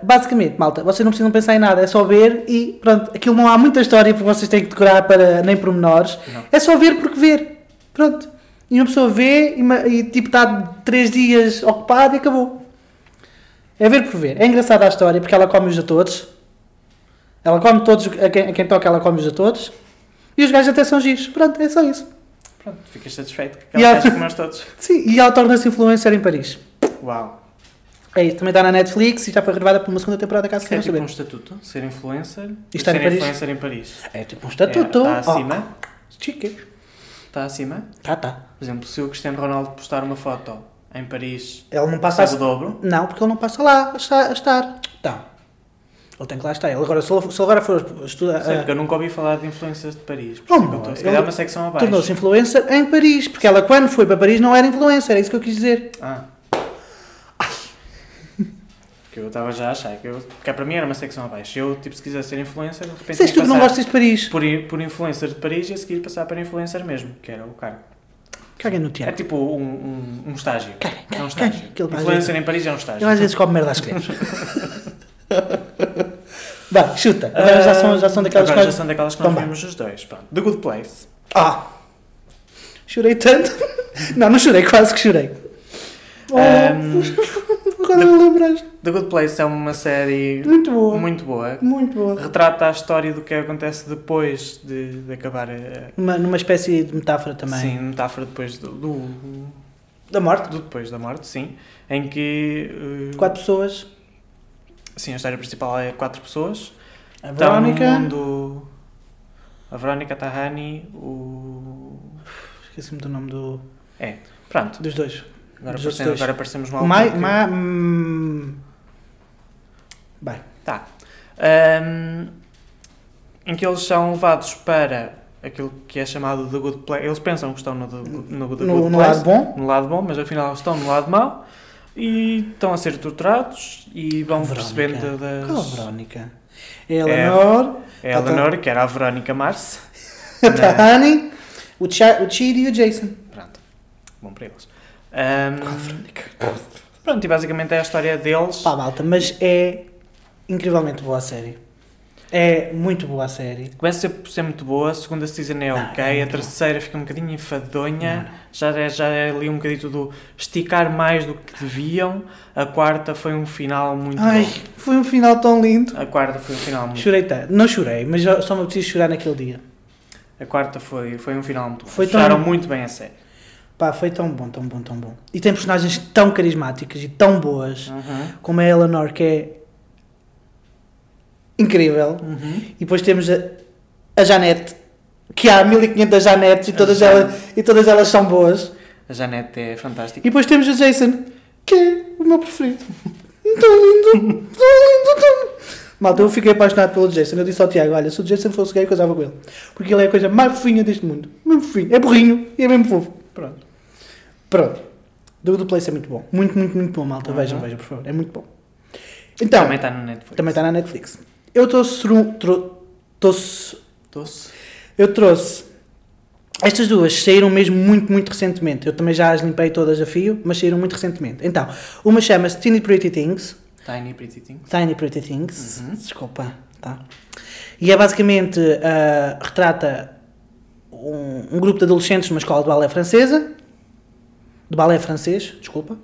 Speaker 2: Uh, basicamente, malta, vocês não precisam pensar em nada, é só ver e pronto, aquilo não há muita história porque vocês têm que decorar para nem pormenores,
Speaker 1: Não.
Speaker 2: é só ver porque ver, pronto. E uma pessoa vê e, ma- e, tipo está três dias ocupado e acabou. É ver por ver. É engraçada a história porque ela come-os a todos. Ela come todos, a quem, a quem toca ela come-os a todos. E os gajos até são giros. Pronto, é só isso.
Speaker 1: Pronto, ficas satisfeito que
Speaker 2: Yeah.
Speaker 1: aquela que nós todos.
Speaker 2: Sim, e ela torna-se influencer em Paris.
Speaker 1: Uau!
Speaker 2: É isso, também está na Netflix e já foi renovada por uma segunda temporada, caso
Speaker 1: Isso é
Speaker 2: queiram
Speaker 1: tipo
Speaker 2: saber.
Speaker 1: um estatuto, ser influencer
Speaker 2: E estar em
Speaker 1: ser
Speaker 2: Paris.
Speaker 1: influencer em Paris.
Speaker 2: É tipo um estatuto.
Speaker 1: É, está
Speaker 2: Oh,
Speaker 1: acima.
Speaker 2: chique.
Speaker 1: Está acima.
Speaker 2: Tá, tá.
Speaker 1: Por exemplo, se o Cristiano Ronaldo postar uma foto em Paris,
Speaker 2: Ele não passa.
Speaker 1: sabe o dobro.
Speaker 2: Não, porque ele não passa lá a esta- a estar. Tá. Ele tem que lá estar. Ele agora, se, ele, se ele agora for estudar.
Speaker 1: Sei, porque
Speaker 2: ah,
Speaker 1: eu nunca ouvi falar de influências de Paris. Por isso é
Speaker 2: Oh,
Speaker 1: que eu
Speaker 2: meu,
Speaker 1: estou- se
Speaker 2: ele
Speaker 1: calhar uma secção abaixo.
Speaker 2: eh, Tornou-se influencer em Paris. Porque ela, quando foi para Paris, não era influencer. É isso que eu quis dizer.
Speaker 1: Ah. Que eu estava já a achar. Que, eu, que é para mim era uma secção abaixo. Eu, tipo, se quiser ser influencer, de repente.
Speaker 2: Disseste tu
Speaker 1: tenho que
Speaker 2: que não
Speaker 1: passar
Speaker 2: gostas de Paris.
Speaker 1: por, por influencer de Paris e a seguir passar para influencer mesmo, que era o cargo.
Speaker 2: Caguem no
Speaker 1: É
Speaker 2: Tiago.
Speaker 1: tipo um, um, um estágio.
Speaker 2: Caguem,
Speaker 1: É um
Speaker 2: caguem,
Speaker 1: estágio.
Speaker 2: caguem. que ele às vezes-
Speaker 1: Influencer em Paris é um estágio.
Speaker 2: Ele às vezes come merda
Speaker 1: (laughs)
Speaker 2: às colheres. Vá, chuta. Agora já, são, já são daquelas
Speaker 1: Ah, Agora já
Speaker 2: coisas.
Speaker 1: são daquelas que
Speaker 2: Então
Speaker 1: nós
Speaker 2: vá.
Speaker 1: vimos os dois. Pronto. The Good Place.
Speaker 2: Ah! Chorei tanto. (laughs) Não, não chorei, quase que chorei. Oh,
Speaker 1: Um,
Speaker 2: agora lembraste.
Speaker 1: The Good Place é uma série
Speaker 2: Muito boa. Muito,
Speaker 1: muito boa.
Speaker 2: boa.
Speaker 1: Retrata a história do que acontece depois de, de acabar a.
Speaker 2: Uma, numa espécie de metáfora também.
Speaker 1: Sim, metáfora depois do, do-
Speaker 2: Da morte.
Speaker 1: do depois da morte, sim. Em que. eh,
Speaker 2: Quatro pessoas.
Speaker 1: Sim, a história principal é quatro pessoas.
Speaker 2: A
Speaker 1: Estão no
Speaker 2: Verónica.
Speaker 1: mundo. A Verónica, a Tahani, o.
Speaker 2: Esqueci-me do nome do,
Speaker 1: Pronto,
Speaker 2: dos dois.
Speaker 1: agora,
Speaker 2: Dos outros
Speaker 1: aparecemos,
Speaker 2: dois.
Speaker 1: agora aparecemos no álbum.
Speaker 2: Mai,
Speaker 1: que-
Speaker 2: ma, hum,
Speaker 1: Tá. Ahm, em que eles são levados para aquilo que é chamado The Good Place. Eles pensam que estão no, The Good- no, The
Speaker 2: no,
Speaker 1: Good
Speaker 2: no
Speaker 1: Place,
Speaker 2: lado bom.
Speaker 1: no lado bom, mas afinal estão no lado mau e estão a ser torturados e vão
Speaker 2: Verónica.
Speaker 1: percebendo das...
Speaker 2: Qual é a Verónica? Eleanor,
Speaker 1: É a Eleanor, que era a Verónica Mars.
Speaker 2: (laughs) a Tahani, o, Cha, o Chidi e o Jason.
Speaker 1: Pronto, bom para eles. Ahm,
Speaker 2: Qual é a Verónica?
Speaker 1: pronto, e basicamente é a história deles.
Speaker 2: Pá, malta, mas é incrivelmente boa a série. É muito boa a série.
Speaker 1: Começa a ser muito boa, a segunda season é
Speaker 2: Não,
Speaker 1: ok,
Speaker 2: é
Speaker 1: a
Speaker 2: muito
Speaker 1: terceira fica um bocadinho enfadonha.
Speaker 2: Não, não.
Speaker 1: Já, é- já é ali um bocadinho do esticar mais do que deviam. A quarta foi um final muito
Speaker 2: Ai,
Speaker 1: bom.
Speaker 2: foi um final tão lindo.
Speaker 1: A quarta foi um final muito
Speaker 2: Chorei tanto. Não chorei, mas eu só me preciso chorar naquele dia.
Speaker 1: A quarta foi, foi um final muito bom.
Speaker 2: Foi tão-
Speaker 1: Fecharam muito bem a série.
Speaker 2: Pá, foi tão bom, tão bom, tão bom. E tem personagens tão carismáticas e tão boas, como a Eleanor, que é incrível.
Speaker 1: Uhum.
Speaker 2: E depois temos a, a Janete, que há 1500 Janetes e
Speaker 1: A
Speaker 2: todas,
Speaker 1: Janete.
Speaker 2: elas, e todas elas são boas.
Speaker 1: A Janete é
Speaker 2: E
Speaker 1: fantástica.
Speaker 2: depois temos o Jason, que é o meu preferido. Tão lindo, tão lindo, tão... Malta, eu fiquei apaixonado pelo Jason. Eu disse ao Tiago, olha, se o Jason fosse gay, eu casava com ele. Porque ele é a coisa mais fofinha deste mundo. Mesmo fofinho. É burrinho e é mesmo fofo.
Speaker 1: Pronto.
Speaker 2: Pronto. Do, do Place é muito bom. Muito, muito, muito bom, malta.
Speaker 1: Uhum.
Speaker 2: Vejam, vejam, por favor. É muito bom. Então,
Speaker 1: também tá- está no Netflix.
Speaker 2: também está na Netflix. Eu trouxe... tru- tru- trouxe
Speaker 1: Doce.
Speaker 2: eu trouxe. Estas duas saíram mesmo muito, muito recentemente. Eu também já as limpei todas a fio, mas saíram muito recentemente. Então, uma chama-se Tiny Pretty Things.
Speaker 1: Tiny Pretty Things.
Speaker 2: Tiny Pretty Things.
Speaker 1: Uhum.
Speaker 2: Desculpa, tá? E é basicamente. ah, retrata um, um grupo de adolescentes numa escola de balé francesa. De balé francês, desculpa.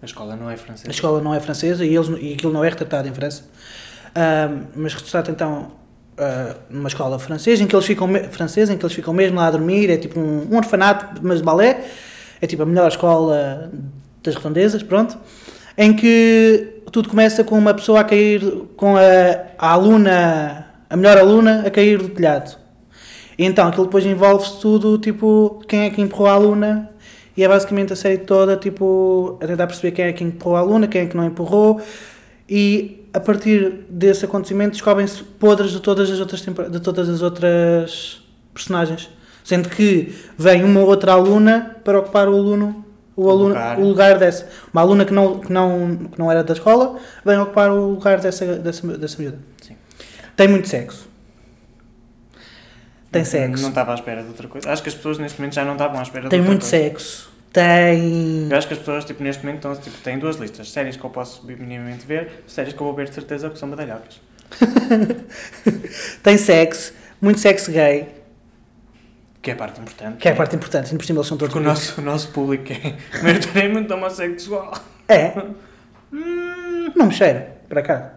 Speaker 1: A escola não é francesa.
Speaker 2: A escola não é francesa e, eles, e aquilo não é retratado em França. Ahm, mas retrata então ah, numa escola francesa em que eles ficam me- francesa, em que eles ficam mesmo lá a dormir, é tipo um, um orfanato, mas de balé, é tipo a melhor escola das redondezas, pronto, em que tudo começa com uma pessoa a cair, com a, a aluna, a melhor aluna a cair do telhado. E então aquilo depois envolve-se tudo, tipo, quem é que empurrou a aluna. E é basicamente a série toda, tipo, a tentar perceber quem é que empurrou a aluna, quem é que não empurrou. E a partir desse acontecimento descobrem-se podres de todas as outras tempor- de todas as outras personagens. Sendo que vem uma outra aluna para ocupar o aluno, o
Speaker 1: O
Speaker 2: aluno,
Speaker 1: lugar.
Speaker 2: o lugar dessa. Uma aluna que não, que não, que não era da escola vem ocupar o lugar dessa, dessa, dessa miúda.
Speaker 1: Sim.
Speaker 2: Tem muito sexo. Tem
Speaker 1: Não-
Speaker 2: sexo.
Speaker 1: Não estava à espera de outra coisa. Acho que as pessoas neste momento já não estavam à espera
Speaker 2: Tem
Speaker 1: de outra
Speaker 2: muito
Speaker 1: coisa.
Speaker 2: sexo. Tem.
Speaker 1: Eu acho que as pessoas, tipo, neste momento, estão, tipo, têm duas listas. Séries que eu posso minimamente ver, séries que eu vou ver de certeza que são badalhocas.
Speaker 2: (laughs) Tem sexo. Muito sexo gay.
Speaker 1: Que é a parte importante.
Speaker 2: Que é a parte importante. Ainda por cima eles são todos.
Speaker 1: Porque o nosso, o nosso público é (laughs) maioritariamente homossexual.
Speaker 2: É. Hum, Não me cheira, para cá.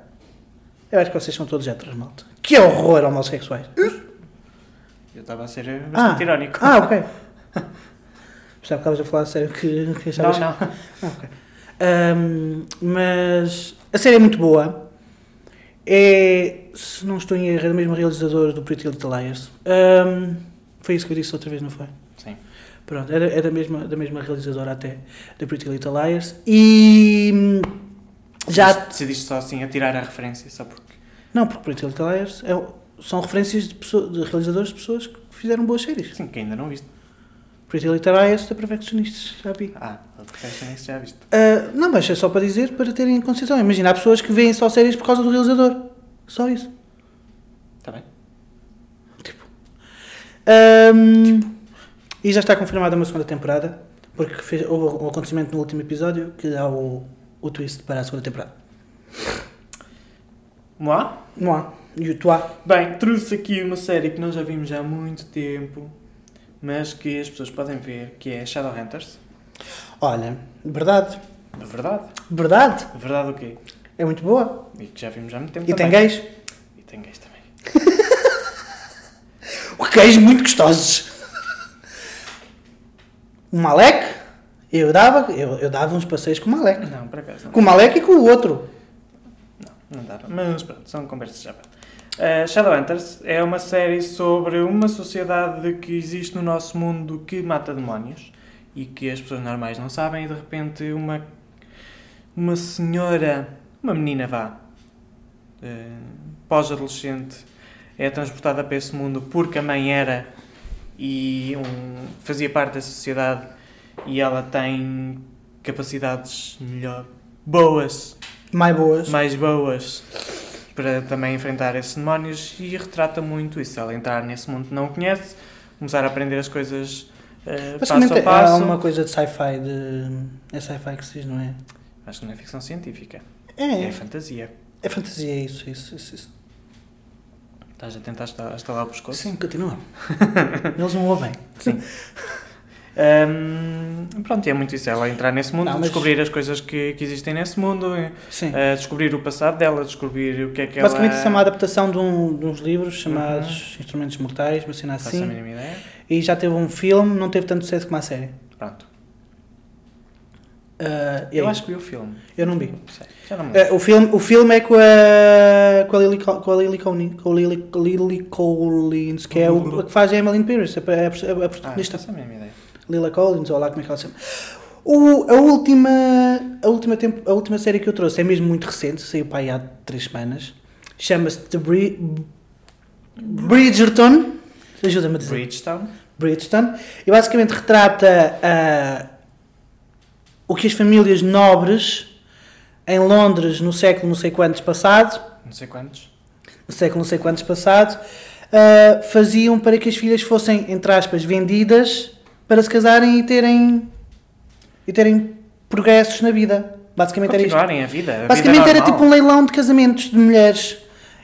Speaker 2: Eu acho que vocês são todos héteros, malta. Que horror homossexuais.
Speaker 1: Eu estava a ser bastante irónico.
Speaker 2: Ah, ok. Sabe que estavas a falar a sério que,
Speaker 1: (laughs)
Speaker 2: que
Speaker 1: não,
Speaker 2: achavas.
Speaker 1: não.
Speaker 2: Ah, ok. Ahm, mas a série é muito boa. É, se não estou em erro, é do mesmo realizador do Pretty Little Liars. Ahm, foi isso que eu disse outra vez, não foi?
Speaker 1: Sim.
Speaker 2: Pronto, era, era da, mesma, da mesma realizadora até, da Pretty Little Liars. E hum, já...
Speaker 1: Decidiste só assim a tirar a referência, só porque.
Speaker 2: Não, porque Pretty Little Liars é o- são referências de, pessoa- de realizadores de pessoas que fizeram boas séries.
Speaker 1: Sim, que ainda não viste.
Speaker 2: Pretty Little Liars da Perfeccionistas, já vi.
Speaker 1: Ah, a Perfectionist já viste.
Speaker 2: Ah, não, mas é só para dizer, para terem em consideração. Imagina, há pessoas que veem só séries por causa do realizador. Só isso.
Speaker 1: Tá Está bem.
Speaker 2: Ahm, E já está confirmada uma segunda temporada, porque fez, houve um acontecimento no último episódio que dá o, o twist para a segunda temporada.
Speaker 1: Vamos lá?
Speaker 2: Não há. E o Tuá.
Speaker 1: Bem, trouxe aqui uma série que nós já vimos já há muito tempo, mas que as pessoas podem ver, que é Shadowhunters.
Speaker 2: Olha, verdade.
Speaker 1: De verdade.
Speaker 2: Verdade.
Speaker 1: De verdade o quê?
Speaker 2: É muito boa.
Speaker 1: E que já vimos já há muito tempo
Speaker 2: E tem
Speaker 1: também.
Speaker 2: gays.
Speaker 1: E tem gays também.
Speaker 2: Gays muito gostosos. O Malek. Eu dava, eu, eu dava uns passeios com o Malek.
Speaker 1: Não, por acaso não.
Speaker 2: Com o Malek e com o outro.
Speaker 1: Não dá. Mas pronto, são conversas já. Uh, Shadowhunters é uma série sobre uma sociedade que existe no nosso mundo que mata demónios e que as pessoas normais não sabem e de repente uma, uma senhora, uma menina vá, eh, pós-adolescente, é transportada para esse mundo porque a mãe era e um- fazia parte da sociedade e ela tem capacidades melhor, boas
Speaker 2: Mais boas.
Speaker 1: mais boas para também enfrentar esses demónios e retrata muito isso. Ela entrar nesse mundo que não conhece, começar a aprender as coisas eh, passo
Speaker 2: Basicamente
Speaker 1: a
Speaker 2: há
Speaker 1: passo.
Speaker 2: uma coisa de sci-fi. De... É sci-fi que se diz, não é?
Speaker 1: Acho que não é ficção científica, é,
Speaker 2: É.
Speaker 1: fantasia.
Speaker 2: É fantasia, é isso, isso, isso. isso.
Speaker 1: Estás a tentar esta- estalar o pescoço?
Speaker 2: Sim, continua. (laughs) Eles não ouvem.
Speaker 1: Ahm, pronto, e é muito isso. Ela entrar nesse mundo,
Speaker 2: Não, mas-
Speaker 1: descobrir as coisas que, que existem nesse mundo, eh,
Speaker 2: Sim.
Speaker 1: eh, descobrir o passado dela, descobrir o que é que
Speaker 2: Basicamente
Speaker 1: ela...
Speaker 2: isso é uma adaptação de, um, de uns livros
Speaker 1: Uhum.
Speaker 2: chamados Instrumentos Mortais, uma cena
Speaker 1: Não faço a
Speaker 2: assim.
Speaker 1: mínima ideia.
Speaker 2: E já teve um filme, não teve tanto sucesso como a série.
Speaker 1: Pronto.
Speaker 2: Ah, e
Speaker 1: Eu
Speaker 2: aí?
Speaker 1: acho que vi o filme.
Speaker 2: eu não vi.
Speaker 1: Não sei, Já não me lembro.
Speaker 2: Ah, o, filme, o filme é com a, com a Lily, Co- com a Lily, Coney- com a Lily, Lily Collins, que é o, a que faz a Emmeline Pierce, a, a- a
Speaker 1: Uhum. Ah,
Speaker 2: protagonista.
Speaker 1: não faço a mínima ideia.
Speaker 2: Lila Collins, ou lá como é que ela se chama. O- a, última, a, última tempo, a última série que eu trouxe é mesmo muito recente, saiu para aí há três semanas. Chama-se The Bri- Bridgerton. Ajuda-me a dizer.
Speaker 1: Bridgetown.
Speaker 2: Bridgeton, e basicamente retrata ah, o que as famílias nobres em Londres no século não sei quantos passado,
Speaker 1: Não sei quantos.
Speaker 2: no século não sei quantos passado, ah, faziam para que as filhas fossem, entre aspas, vendidas para se casarem e terem, e terem progressos na vida. Basicamente era isto.
Speaker 1: Continuarem a vida. a vida
Speaker 2: Basicamente era
Speaker 1: normal.
Speaker 2: tipo um leilão de casamentos de mulheres.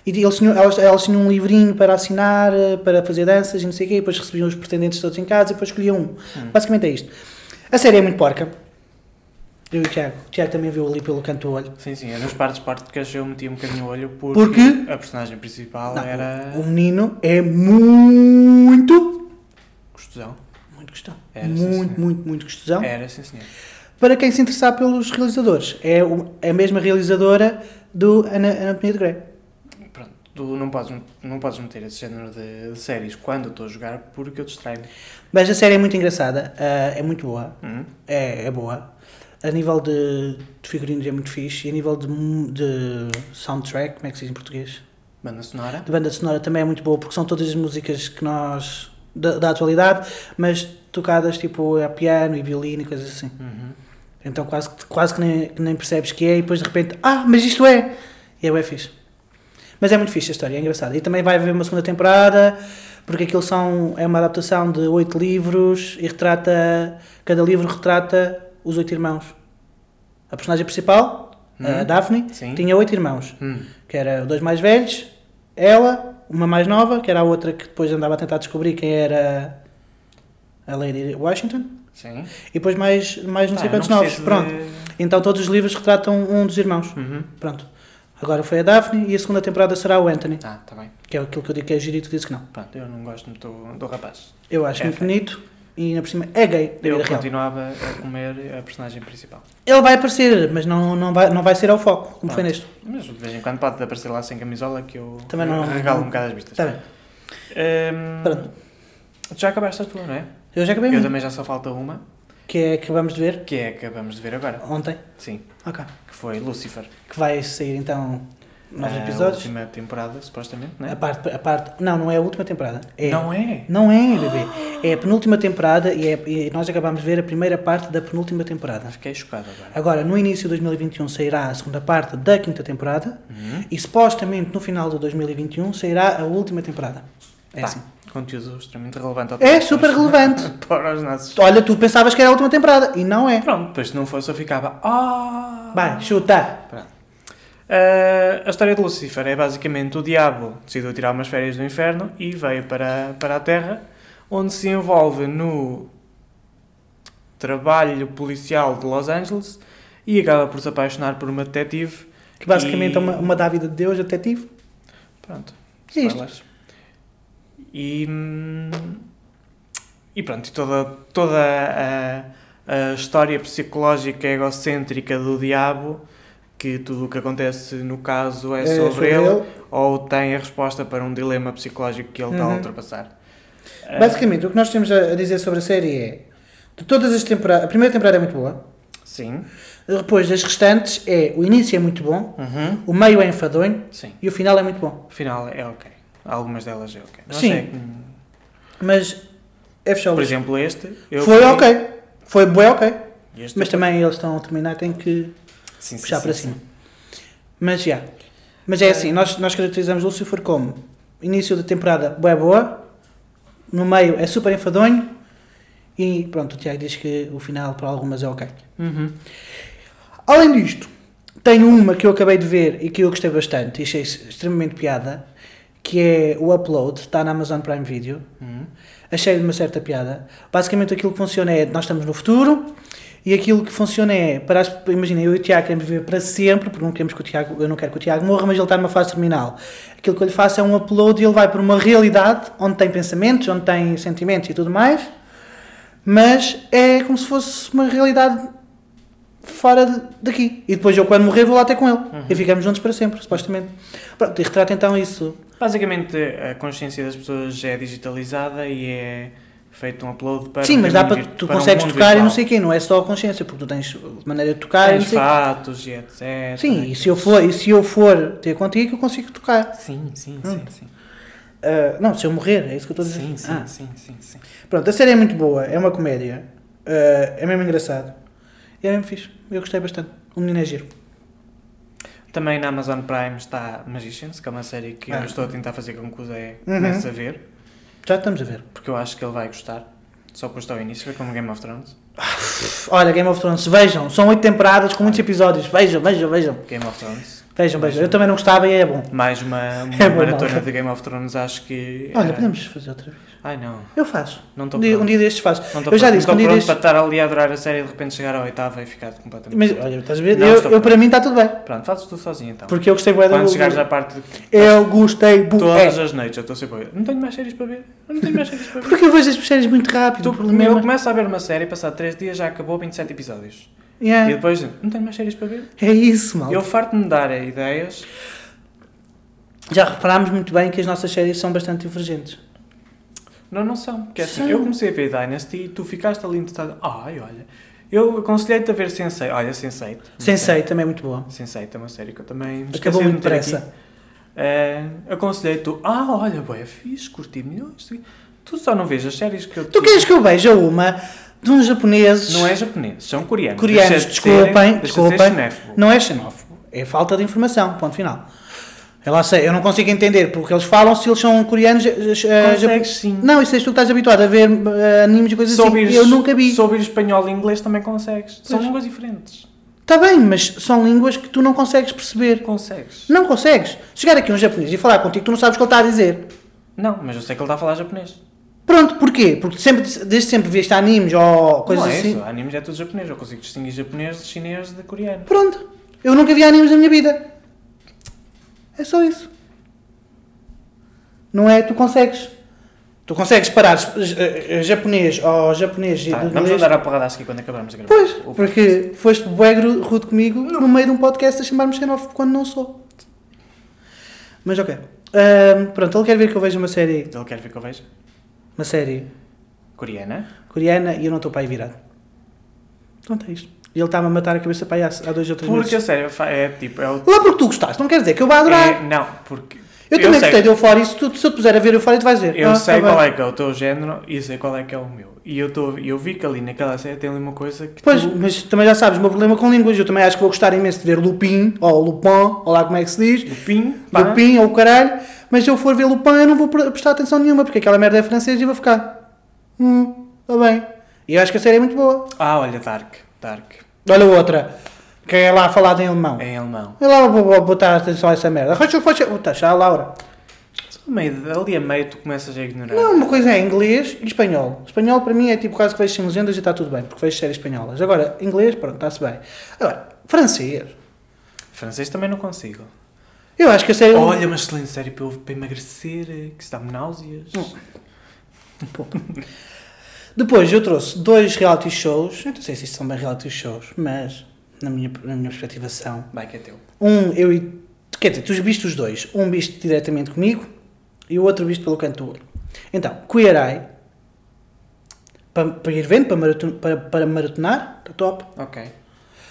Speaker 2: E eles tinham, elas, elas tinham um livrinho para assinar, eh, para fazer danças e não sei o quê, e depois recebiam os pretendentes todos em casa e depois escolhiam um. Basicamente é isto. A série é muito porca. Eu e o Tiago. O Tiago também viu ali pelo canto do olho.
Speaker 1: Sim, sim, um eu nos partes partes eu metia um bocadinho o olho porque
Speaker 2: Porque?
Speaker 1: a personagem principal
Speaker 2: Não,
Speaker 1: era
Speaker 2: O menino é muito.
Speaker 1: gostosão.
Speaker 2: Muito gostão.
Speaker 1: Era, sim, É.
Speaker 2: muito,
Speaker 1: senhor.
Speaker 2: muito, muito gostosão.
Speaker 1: Era, sim senhor.
Speaker 2: Para quem se interessar pelos realizadores, é o- é a mesma realizadora do Ana- Anatomia de Grey.
Speaker 1: Pronto, tu não podes, não podes meter esse género de, de séries quando eu estou a jogar porque eu distraio-me.
Speaker 2: Mas a série é muito engraçada, ah, é muito boa.
Speaker 1: Hum,
Speaker 2: é, é boa. A nível de, de figurinos é muito fixe. E a nível de, mu- de soundtrack, como é que se diz em português?
Speaker 1: Banda sonora.
Speaker 2: De banda sonora também é muito boa, porque são todas as músicas que nós. da, da atualidade, mas tocadas tipo a piano e violino e coisas assim.
Speaker 1: Uhum.
Speaker 2: Então quase, que- quase que, nem, que nem percebes que é, e depois de repente, ah, mas isto é! E é bem fixe. Mas é muito fixe a história, é engraçada. E também vai haver uma segunda temporada, porque aquilo são, é uma adaptação de oito livros e retrata. Cada livro retrata os oito irmãos. A personagem principal, a
Speaker 1: Hum.
Speaker 2: Daphne,
Speaker 1: Sim.
Speaker 2: tinha oito irmãos,
Speaker 1: Hum,
Speaker 2: que era os dois mais velhos, ela, uma mais nova, que era a outra que depois andava a tentar descobrir quem era a Lady Washington,
Speaker 1: Sim.
Speaker 2: e depois mais, mais não sei
Speaker 1: Ah,
Speaker 2: quantos novos.
Speaker 1: preciso
Speaker 2: Pronto.
Speaker 1: de-
Speaker 2: Então todos os livros retratam um dos irmãos.
Speaker 1: Uhum.
Speaker 2: Pronto. Agora foi a Daphne e a segunda temporada será o Anthony,
Speaker 1: Ah, tá bem.
Speaker 2: que é aquilo que eu digo que é giro e tu dizes que não.
Speaker 1: Pronto, eu não gosto muito do, do rapaz.
Speaker 2: Eu acho
Speaker 1: É,
Speaker 2: muito
Speaker 1: é.
Speaker 2: bonito e ainda por cima é gay da
Speaker 1: Eu
Speaker 2: vida real.
Speaker 1: continuava a comer a personagem principal.
Speaker 2: Ele vai aparecer, mas não, não, vai, não vai ser ao foco, como foi
Speaker 1: Pronto.
Speaker 2: neste.
Speaker 1: Mas de vez em quando pode aparecer lá sem camisola que eu
Speaker 2: Também não-
Speaker 1: regalo um bocado as vistas.
Speaker 2: Está Tá bem.
Speaker 1: Hum,
Speaker 2: Pronto.
Speaker 1: Tu já acabaste a tua, não é?
Speaker 2: Eu já acabei,
Speaker 1: Eu
Speaker 2: mesmo,
Speaker 1: também já só falta uma,
Speaker 2: que é que acabamos de ver
Speaker 1: que é a que acabamos de ver agora.
Speaker 2: ontem.
Speaker 1: Sim,
Speaker 2: Ok.
Speaker 1: que foi Lucifer.
Speaker 2: Que vai sair então novos
Speaker 1: A
Speaker 2: episódios.
Speaker 1: última temporada, supostamente, não
Speaker 2: A
Speaker 1: é?
Speaker 2: parte, a parte. Não, não é a última temporada. É.
Speaker 1: Não é?
Speaker 2: Não é, bebê. É a penúltima temporada e, é- e nós acabamos de ver a primeira parte da penúltima temporada.
Speaker 1: Fiquei chocado agora.
Speaker 2: Agora, no início de 2021 sairá a segunda parte da quinta temporada
Speaker 1: Uhum.
Speaker 2: e supostamente no final de 2021 sairá a um última temporada. É
Speaker 1: Pá,
Speaker 2: assim.
Speaker 1: conteúdo extremamente relevante. ao
Speaker 2: É
Speaker 1: tempo, (laughs)
Speaker 2: super
Speaker 1: mas-
Speaker 2: relevante.
Speaker 1: Para os nossos.
Speaker 2: Olha, tu pensavas que era a última temporada e não é.
Speaker 1: Pronto, depois se não fosse eu ficava. Ah!
Speaker 2: Vai, chuta.
Speaker 1: Ah, a história de Lucifer é basicamente o diabo decidiu tirar umas férias do inferno e veio para, para a Terra, onde se envolve no trabalho policial de Los Angeles e acaba por se apaixonar por uma detetive.
Speaker 2: Que basicamente
Speaker 1: E-
Speaker 2: é uma, uma dávida de Deus, até tive.
Speaker 1: Pronto,
Speaker 2: É isto.
Speaker 1: spoilers. E, hum, e pronto, e toda, toda a, a história psicológica egocêntrica do diabo, que tudo o que acontece no caso é, sobre, ele, ou tem a resposta para um dilema psicológico que ele está a
Speaker 2: Uhum. Eh,
Speaker 1: ultrapassar. Ah,
Speaker 2: Basicamente, o que nós temos a a dizer sobre a série é. De todas as temporadas. A primeira temporada é muito boa.
Speaker 1: Sim.
Speaker 2: Depois das restantes é. O início é muito bom.
Speaker 1: Uhum.
Speaker 2: O meio é enfadonho.
Speaker 1: Sim.
Speaker 2: E o final é muito bom.
Speaker 1: Afinal, é ok. Algumas delas é ok. Não
Speaker 2: Sim.
Speaker 1: sei, hum,
Speaker 2: Mas. É fechado.
Speaker 1: Por exemplo, este. eu
Speaker 2: Foi
Speaker 1: fui-
Speaker 2: ok. Foi bué ok.
Speaker 1: Este
Speaker 2: Mas
Speaker 1: eu fui-
Speaker 2: também eles estão a terminar, têm que
Speaker 1: Sim, sim,
Speaker 2: puxar
Speaker 1: sim,
Speaker 2: para
Speaker 1: sim.
Speaker 2: cima. Mas já. Mas é
Speaker 1: É.
Speaker 2: assim, nós, nós caracterizamos Lucifer como início da temporada boa boa, no meio é super enfadonho e pronto, o Tiago diz que o final para algumas é ok.
Speaker 1: Uhum.
Speaker 2: Além disto, tenho uma que eu acabei de ver e que eu gostei bastante e achei extremamente piada, que é o Upload, está na Amazon Prime Video.
Speaker 1: Uhum.
Speaker 2: Achei-lhe uma certa piada. Basicamente aquilo que funciona é nós estamos no futuro e aquilo que funciona é para as, imagina, eu e o Tiago queremos viver para sempre, porque não queremos que o Tiago, eu não quero que o Tiago morra, mas ele está numa fase terminal. Aquilo que eu lhe faço é um upload e ele vai para uma realidade onde tem pensamentos, onde tem sentimentos e tudo mais, mas é como se fosse uma realidade fora de- daqui. E depois eu quando morrer vou lá ter com ele e ficamos juntos para sempre, supostamente. Pronto, e retrata então isso.
Speaker 1: Basicamente, a consciência das pessoas é digitalizada e é feito um upload para.
Speaker 2: Sim,
Speaker 1: o
Speaker 2: mas dá
Speaker 1: mundo
Speaker 2: para
Speaker 1: vir-
Speaker 2: tu
Speaker 1: o
Speaker 2: consegues
Speaker 1: mundo
Speaker 2: tocar e
Speaker 1: virtual.
Speaker 2: não sei quem, não é só a consciência, porque tu tens maneira de tocar e não
Speaker 1: Tens né?
Speaker 2: sei
Speaker 1: fatos e etc.
Speaker 2: quê. Sim, e se eu for, e se eu for ter contigo, eu consigo tocar.
Speaker 1: Sim, sim, sim,
Speaker 2: Pronto.
Speaker 1: sim.
Speaker 2: Ah, não, se eu morrer, é isso que eu estou a dizer.
Speaker 1: Sim, sim,
Speaker 2: Ah,
Speaker 1: sim, sim, sim.
Speaker 2: Pronto, a série é muito boa, é uma comédia, ah, é mesmo engraçado. E é mesmo fixe, eu gostei bastante. O menino é giro.
Speaker 1: Também na Amazon Prime está Magicians, que é uma série que
Speaker 2: Ah.
Speaker 1: eu estou a tentar fazer com que o Zé
Speaker 2: Uhum.
Speaker 1: comece a ver,
Speaker 2: Já estamos a ver.
Speaker 1: porque eu acho que ele vai gostar. Só custa ao início, foi como Game of Thrones.
Speaker 2: Olha, Game of Thrones, vejam, são oito temporadas com muitos episódios. Vejam, vejam, vejam.
Speaker 1: Game of Thrones.
Speaker 2: Vejam, vejam. Eu também não gostava e é bom.
Speaker 1: Mais uma, uma
Speaker 2: (laughs) É bom,
Speaker 1: maratona
Speaker 2: malta.
Speaker 1: de Game of Thrones, acho que.
Speaker 2: Olha,
Speaker 1: era-
Speaker 2: podemos fazer outra vez.
Speaker 1: Ai não,
Speaker 2: Eu faço.
Speaker 1: É. não estou
Speaker 2: Um dia,
Speaker 1: pronto.
Speaker 2: um dia destes faço.
Speaker 1: Não
Speaker 2: Eu já
Speaker 1: pronto, não
Speaker 2: disse que um dia
Speaker 1: estou pronto
Speaker 2: destes-
Speaker 1: para estar ali a adorar a série e de repente chegar à oitava e ficar completamente.
Speaker 2: Mas olha, estás a ver?
Speaker 1: Não,
Speaker 2: eu,
Speaker 1: estou
Speaker 2: eu,
Speaker 1: pronto.
Speaker 2: para mim está tudo bem.
Speaker 1: Pronto, fazes tu sozinho então.
Speaker 2: Porque um- eu gostei bué da
Speaker 1: Quando
Speaker 2: do-
Speaker 1: chegares
Speaker 2: do-
Speaker 1: à parte de
Speaker 2: Eu gostei É, bué.
Speaker 1: todas as noites, eu estou sempre a ver, Não tenho mais séries para ver. Eu não tenho mais séries para ver.
Speaker 2: Porque eu vejo as séries muito rápido.
Speaker 1: Tu,
Speaker 2: o problema
Speaker 1: eu começo a ver uma série, passado 3 dias já acabou 27 episódios. E
Speaker 2: Yeah.
Speaker 1: depois, não tenho mais séries para ver.
Speaker 2: É isso, mal.
Speaker 1: Eu farto-me de dar ideias.
Speaker 2: Já reparámos muito bem que as nossas séries são bastante divergentes.
Speaker 1: Não, não são. Porque assim,
Speaker 2: São.
Speaker 1: eu comecei a ver Dynasty e tu ficaste ali interessado. Ai, olha. Eu aconselhei-te a ver Sensei. Olha, Sensei.
Speaker 2: Sensei também é muito boa.
Speaker 1: Sensei é uma série que eu também me esqueci
Speaker 2: Acabou
Speaker 1: de
Speaker 2: muito
Speaker 1: meter aqui.
Speaker 2: depressa.
Speaker 1: Eh, aconselhei-te, tu, ah, olha, boé, fiz, curti milhões. Tu só não vês as séries que eu te
Speaker 2: Tu queres que eu veja uma de uns japoneses?
Speaker 1: Não é japonês, são coreanos.
Speaker 2: Coreanos,
Speaker 1: Deixa de
Speaker 2: desculpem,
Speaker 1: serem- deixa de
Speaker 2: desculpem.
Speaker 1: ser xenófobo.
Speaker 2: Não é xenófobo. É falta de informação, ponto final. Eu lá sei, eu não consigo entender porque eles falam se eles são coreanos. eh, eh, japo-
Speaker 1: Consegues sim.
Speaker 2: Não, isso és tu que estás habituado a ver eh, animes e coisas
Speaker 1: Se ouvires-
Speaker 2: assim. Eu nunca vi.
Speaker 1: Se ouvires espanhol e inglês também consegues. São
Speaker 2: Pois.
Speaker 1: línguas diferentes.
Speaker 2: Está Tá bem, mas são línguas que tu não consegues perceber.
Speaker 1: Consegues.
Speaker 2: Não consegues. Chegar aqui um japonês e falar contigo, tu não sabes o que ele está a dizer.
Speaker 1: Não, mas eu sei que ele está a falar japonês.
Speaker 2: Pronto, porquê? Porque sempre, desde sempre viste animes ou coisas
Speaker 1: não é
Speaker 2: assim.
Speaker 1: isso, animes é tudo japonês. Eu consigo distinguir japonês de chinês de coreano.
Speaker 2: Pronto. Eu nunca vi animes na minha vida. É só isso. Não é? Tu consegues. Tu consegues parar eh, eh, japonês ou japonês e
Speaker 1: Tá,
Speaker 2: do
Speaker 1: vamos
Speaker 2: inglês.
Speaker 1: andar a porrada aqui quando acabarmos de gravar.
Speaker 2: Pois,
Speaker 1: O-
Speaker 2: porque foste bué gru- rude comigo no meio de um podcast a chamar-me xenófobo quando não sou. Mas ok. Ahm, pronto, ele quer ver que eu veja uma série,
Speaker 1: Ele quer ver que eu veja?
Speaker 2: uma série
Speaker 1: Coreana?
Speaker 2: coreana e eu não estou para aí virado. Pronto, é isto. E ele está-me a matar a cabeça para aí há, há dois ou três
Speaker 1: Porque a
Speaker 2: meses.
Speaker 1: série fa- é tipo. É o...
Speaker 2: Lá porque tu gostaste, não quer dizer que eu vá
Speaker 1: É,
Speaker 2: adorar.
Speaker 1: não, porque.
Speaker 2: Eu,
Speaker 1: É, Eu
Speaker 2: também
Speaker 1: sei.
Speaker 2: gostei de Euphoria, se tu, se eu te puser a ver Euphoria, tu vais ver.
Speaker 1: Eu
Speaker 2: Ah,
Speaker 1: sei
Speaker 2: tá bem.
Speaker 1: qual é que é o teu género e sei qual é que é o meu. E eu, tô, eu vi que ali naquela série tem ali uma coisa que
Speaker 2: Pois,
Speaker 1: tu-
Speaker 2: mas também já sabes, o meu problema com línguas, eu também acho que vou gostar imenso de ver Lupin, ou Lupin, ou lá como é que se diz,
Speaker 1: Lupin, pá,
Speaker 2: Lupin ou o caralho, mas se eu for ver Lupin eu não vou pre- prestar atenção nenhuma, porque aquela merda é francesa e vou ficar, hum, está bem. E eu acho que a série é muito boa.
Speaker 1: Ah, olha, Dark. Dark.
Speaker 2: Olha outra, que é lá falada em alemão.
Speaker 1: Em alemão.
Speaker 2: Eu lá vou, vou botar atenção a essa merda. Rocha, rocha, tá, já, Laura.
Speaker 1: Só meio- ali a meio tu começas a ignorar.
Speaker 2: Não, uma coisa é inglês e espanhol. Espanhol para mim é tipo quase que vejo sem legendas e está tudo bem, porque vejo séries espanholas. Agora, inglês, pronto, está-se bem. Agora, francês.
Speaker 1: Francês também não consigo.
Speaker 2: Eu acho que a série.
Speaker 1: Olha, uma excelente série para, eu- para emagrecer, eh, que se dá-me náuseas.
Speaker 2: Depois eu trouxe dois reality shows. Eu não sei se isto são bem reality shows, mas na minha, na minha perspectiva são.
Speaker 1: Vai que é teu.
Speaker 2: Um, eu e. Quer dizer, tu viste os dois. Um visto diretamente comigo e o outro visto pelo canto do olho. Então, Queer Eye. Para, para ir vendo, para, maraton, para, para maratonar, está top.
Speaker 1: Ok.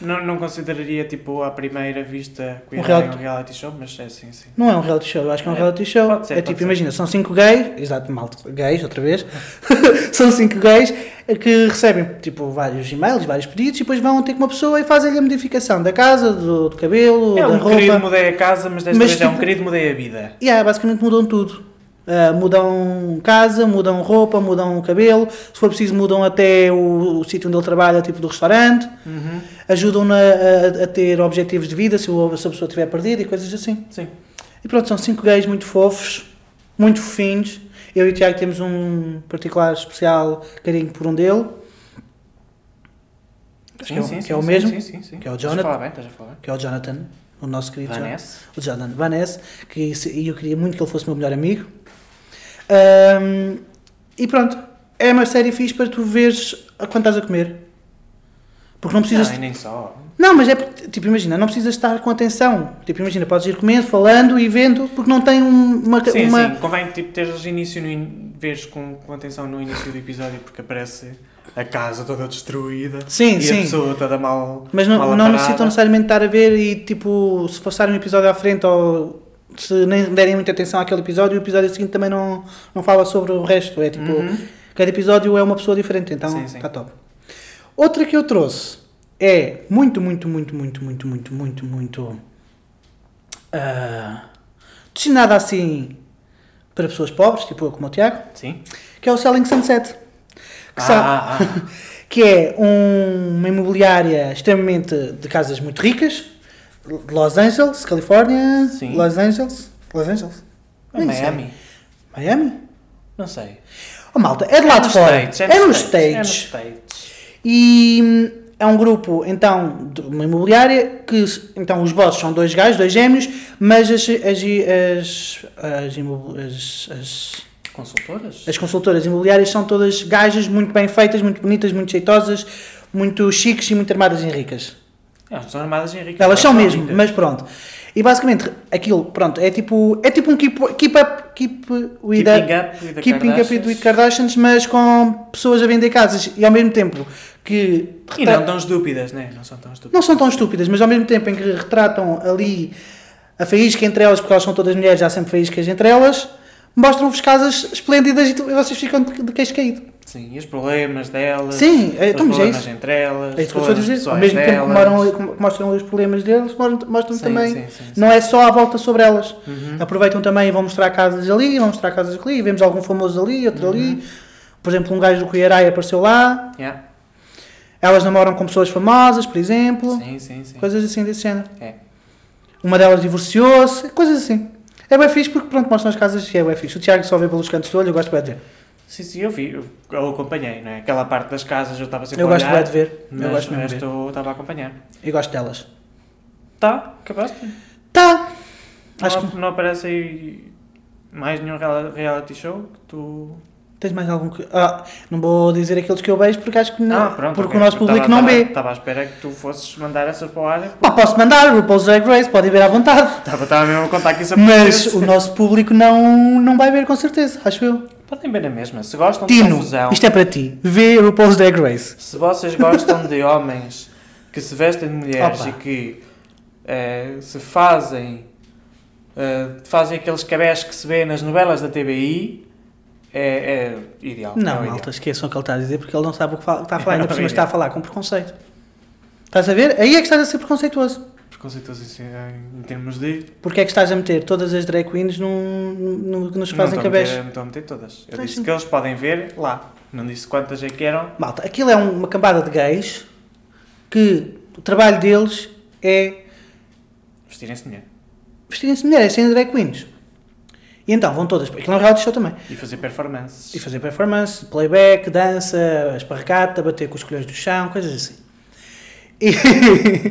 Speaker 1: Não, não consideraria, tipo, à primeira vista que
Speaker 2: Um
Speaker 1: um
Speaker 2: reality-
Speaker 1: reality... um reality show, mas é sim, sim.
Speaker 2: Não é um reality show, eu acho que é um
Speaker 1: É,
Speaker 2: reality show.
Speaker 1: pode ser,
Speaker 2: é
Speaker 1: pode
Speaker 2: tipo,
Speaker 1: ser.
Speaker 2: imagina, são cinco gays, exato, malta, gays, outra vez. (laughs) são cinco gays eh, que recebem, tipo, vários e-mails, vários pedidos e depois vão ter com uma pessoa e fazem-lhe a modificação da casa, do, do cabelo,
Speaker 1: É
Speaker 2: da
Speaker 1: um
Speaker 2: roupa.
Speaker 1: querido mudei a casa, mas desta
Speaker 2: Mas,
Speaker 1: vez é um
Speaker 2: tipo-
Speaker 1: querido mudei a vida.
Speaker 2: E yeah, basicamente mudam tudo. Ah, mudam casa, mudam roupa, mudam cabelo, se for preciso mudam até o, o sítio onde ele trabalha, tipo do restaurante,
Speaker 1: Uhum.
Speaker 2: ajudam-na a, a ter objetivos de vida se, o- se a pessoa estiver perdida e coisas assim.
Speaker 1: Sim.
Speaker 2: E pronto, são cinco gays muito fofos, muito fofinhos. Eu e o Tiago temos um particular especial carinho por um dele, que é o- que é o mesmo,
Speaker 1: Sim, sim, sim.
Speaker 2: que é o
Speaker 1: Estás a
Speaker 2: Jonathan.
Speaker 1: falar bem, estás a falar bem.
Speaker 2: que é o Jonathan, o nosso querido Jonathan.
Speaker 1: Vanessa.
Speaker 2: O Jonathan Vanessa, que se- e eu queria muito que ele fosse meu melhor amigo. Ahm, e pronto, é uma série fixe para tu veres a- quando estás a comer. Porque não precisas.
Speaker 1: Não, e Ah, nem só.
Speaker 2: Não, mas é porque, tipo, imagina, não precisas estar com atenção. Tipo, imagina, podes ir comendo, falando e vendo, porque não tem um- uma.
Speaker 1: Sim,
Speaker 2: uma...
Speaker 1: sim. Convém tipo, teres início no in... veres com, com atenção no início do episódio porque aparece a casa toda destruída
Speaker 2: Sim,
Speaker 1: e a
Speaker 2: sim.
Speaker 1: pessoa toda mal.
Speaker 2: Mas
Speaker 1: mal
Speaker 2: não, não
Speaker 1: aparada.
Speaker 2: necessitam necessariamente estar a ver e, tipo, se passar um episódio à frente ou se nem derem muita atenção àquele episódio, o episódio seguinte também não, não fala sobre o resto. É tipo,
Speaker 1: Uhum.
Speaker 2: cada episódio é uma pessoa diferente, então
Speaker 1: Sim, sim.
Speaker 2: está top. Outra que eu trouxe é muito, muito, muito, muito, muito, muito, muito, muito. ah, destinada assim para pessoas pobres, tipo eu como o Tiago,
Speaker 1: Sim.
Speaker 2: que é o Selling Sunset. Que
Speaker 1: Ah,
Speaker 2: sabe-
Speaker 1: ah, ah.
Speaker 2: que é um- uma imobiliária extremamente de casas muito ricas, de Los Angeles, Califórnia,
Speaker 1: Sim.
Speaker 2: Los Angeles, Los Angeles,
Speaker 1: É
Speaker 2: (laughs) Nem sei.
Speaker 1: Miami.
Speaker 2: Miami.
Speaker 1: Não sei.
Speaker 2: Oh, malta, é de lá de
Speaker 1: nos
Speaker 2: fora.
Speaker 1: States,
Speaker 2: é nos
Speaker 1: É nos
Speaker 2: States.
Speaker 1: States.
Speaker 2: E hum, é um grupo, então, de uma imobiliária que, s- então, os bosses são dois gajos, dois gêmeos, mas as, as, as, as, imo- as, as,
Speaker 1: Consultoras?
Speaker 2: As consultoras imobiliárias são todas gajas muito bem feitas, muito bonitas, muito jeitosas, muito chiques e muito armadas e ricas.
Speaker 1: Elas são Ah, armadas em rica.
Speaker 2: Elas são mesmo,
Speaker 1: lindas.
Speaker 2: mas pronto. E basicamente aquilo, pronto, é tipo, é tipo um keep, keep up, keep with
Speaker 1: Keeping
Speaker 2: the,
Speaker 1: up with the
Speaker 2: keeping up with
Speaker 1: Kardashians.
Speaker 2: the Kardashians, mas com pessoas a vender casas e ao mesmo tempo que
Speaker 1: E
Speaker 2: retra-
Speaker 1: não tão estúpidas, né? Não são tão estúpidas.
Speaker 2: não são tão estúpidas, mas ao mesmo tempo em que retratam ali a faísca entre elas, porque elas são todas mulheres, há sempre faíscas entre elas, mostram-vos casas esplêndidas e, tu- e vocês ficam de, de queixo caído.
Speaker 1: Sim, e os problemas delas.
Speaker 2: Sim, é,
Speaker 1: os
Speaker 2: então, mas é
Speaker 1: problemas
Speaker 2: isso.
Speaker 1: entre elas.
Speaker 2: É isso que eu estou a
Speaker 1: problemas
Speaker 2: dizer. Ao
Speaker 1: pessoais
Speaker 2: mesmo tempo que,
Speaker 1: delas.
Speaker 2: moram ali- que mostram ali os problemas deles, mostram, mostram
Speaker 1: Sim,
Speaker 2: também.
Speaker 1: sim, sim, sim.
Speaker 2: Não é só à volta sobre elas.
Speaker 1: Uhum.
Speaker 2: Aproveitam também e vão mostrar casas ali, vão mostrar casas ali, vemos algum famoso ali, outro ali.
Speaker 1: Uhum.
Speaker 2: Por exemplo, um gajo do Cuiarai apareceu lá.
Speaker 1: Yeah.
Speaker 2: Elas namoram com pessoas famosas, por exemplo.
Speaker 1: Sim, sim, sim.
Speaker 2: Coisas assim desse género.
Speaker 1: É.
Speaker 2: Uma delas divorciou-se, coisas assim. É bem fixe porque pronto, mostram as casas e é bem fixe. O Tiago só vê pelos cantos do olho, eu gosto bem de ver.
Speaker 1: Sim, sim, eu vi, eu, eu acompanhei, não é? Aquela parte das casas eu estava sempre
Speaker 2: Eu
Speaker 1: a
Speaker 2: gosto
Speaker 1: olhar,
Speaker 2: bem de ver. Eu
Speaker 1: mas
Speaker 2: gosto
Speaker 1: o
Speaker 2: mesmo de
Speaker 1: resto
Speaker 2: ver.
Speaker 1: eu estava a acompanhar.
Speaker 2: E gosto delas.
Speaker 1: Tá, acabaste?
Speaker 2: Tá! Acho
Speaker 1: Não, não aparece aí mais nenhum reala- reality show que tu...
Speaker 2: Tens mais algum que. Ah, não vou dizer aqueles que eu vejo porque acho que não.
Speaker 1: Ah, pronto,
Speaker 2: porque
Speaker 1: ok.
Speaker 2: o nosso
Speaker 1: Eu
Speaker 2: público
Speaker 1: tava-
Speaker 2: não
Speaker 1: tava-
Speaker 2: vê.
Speaker 1: Estava à espera que tu fosses mandar essas para o ar.
Speaker 2: Pá, posso mandar, RuPaul's Drag Race, podem ver à vontade.
Speaker 1: Estava estava mesmo a contar que isso
Speaker 2: Mas
Speaker 1: (laughs) acontecesse.
Speaker 2: o nosso público não, não vai ver com certeza, acho eu.
Speaker 1: Podem ver na mesma. Se gostam de
Speaker 2: Tino,
Speaker 1: confusão,
Speaker 2: isto é para ti. Vê RuPaul's Drag Race.
Speaker 1: se vocês gostam de homens que se vestem de mulheres
Speaker 2: Opa.
Speaker 1: e que eh, se fazem eh, fazem aqueles cabés que se vê nas novelas da TBI, é, é ideal. é o
Speaker 2: Não,
Speaker 1: ideal.
Speaker 2: malta, esqueçam o que ele está a dizer porque ele não sabe o que fala- está a falar. Ainda por
Speaker 1: Não,
Speaker 2: cima está a
Speaker 1: ideal.
Speaker 2: falar com preconceito. Estás a ver? Aí é que estás a ser preconceituoso.
Speaker 1: Preconceituoso em, em termos de.
Speaker 2: Porque é que estás a meter todas as drag queens num, num, que nos
Speaker 1: não
Speaker 2: fazem
Speaker 1: estou a meter-
Speaker 2: cabés.
Speaker 1: não estou a meter todas. Eu
Speaker 2: Faz
Speaker 1: disse
Speaker 2: sentido.
Speaker 1: que eles podem ver lá. Não disse quantas é que eram.
Speaker 2: Malta, aquilo é uma cambada de gays que o trabalho deles é
Speaker 1: Vestirem-se de mulher.
Speaker 2: vestirem-se de mulher, é serem drag queens. E então vão todas. Aquilo é um reality show também.
Speaker 1: E fazer performances.
Speaker 2: E fazer performance, playback, dança, esparracata, bater com os colhões do chão, coisas assim. E- (laughs)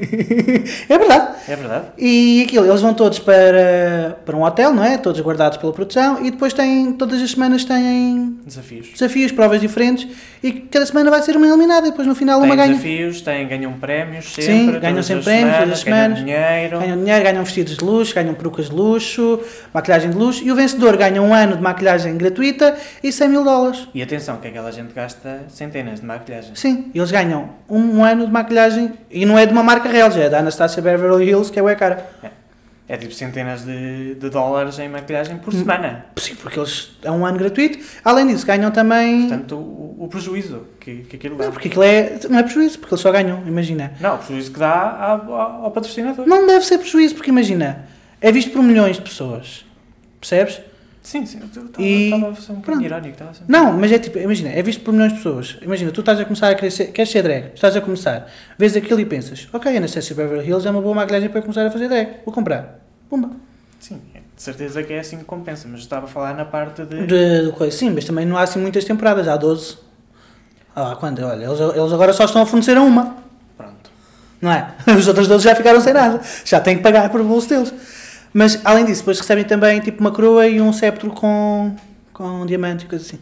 Speaker 2: é verdade.
Speaker 1: É verdade?
Speaker 2: E aquilo, eles vão todos para, para um hotel, não é? Todos guardados pela produção e depois têm, todas as semanas têm
Speaker 1: Desafios.
Speaker 2: desafios, provas diferentes e cada semana vai ser uma eliminada e depois no final uma
Speaker 1: Têm
Speaker 2: ganha.
Speaker 1: desafios, têm, ganham prémios sempre.
Speaker 2: Sim, ganham
Speaker 1: todas
Speaker 2: sempre
Speaker 1: as
Speaker 2: prémios, todas as
Speaker 1: semanas.
Speaker 2: semanas.
Speaker 1: Ganham dinheiro.
Speaker 2: Ganham dinheiro, ganham vestidos de luxo, ganham perucas de luxo, maquilhagem de luxo e o vencedor ganha um ano de maquilhagem gratuita e 100 mil dólares.
Speaker 1: E atenção, que aquela gente gasta centenas de maquilhagens.
Speaker 2: Sim, eles ganham um ano de maquilhagem e não é de uma marca real, já é da Anastasia Beverly Hills, que é bué cara.
Speaker 1: É tipo centenas de, de dólares em maquilhagem
Speaker 2: Hum.
Speaker 1: por semana.
Speaker 2: Sim, porque eles é um ano gratuito. Além disso, ganham também.
Speaker 1: Portanto, o, o prejuízo que, que aquilo dá.
Speaker 2: não, porque aquilo é. Não é prejuízo, porque eles só ganham, imagina.
Speaker 1: Não, o prejuízo que dá ao, ao- ao patrocinador.
Speaker 2: Não deve ser prejuízo, porque imagina, é visto por milhões de pessoas. Percebes?
Speaker 1: Sim, sim. eu Estava
Speaker 2: E-
Speaker 1: estava a ser um
Speaker 2: pronto.
Speaker 1: bocadinho irónico. Estava a ser...
Speaker 2: Não, mas é tipo, imagina, é visto por milhões de pessoas. Imagina, tu estás a começar a querer ser, queres ser drag, estás a começar, vês aquilo e pensas, ok, Anastasia Beverly Hills é uma boa maquilhagem para eu começar a fazer drag, vou comprar. Pumba.
Speaker 1: Sim, é de certeza que é assim que compensa, mas eu estava a falar na parte de.
Speaker 2: De, do coisa. Sim, mas também não há assim muitas temporadas, há 12. Ah, quando? Olha, eles, eles agora só estão a fornecer a uma,
Speaker 1: Pronto.
Speaker 2: não é? (laughs) Os outros 12 já ficaram sem nada, já têm que pagar por bolso deles. Mas além disso, depois recebem também tipo uma coroa e um septo com, com um diamante e coisas assim.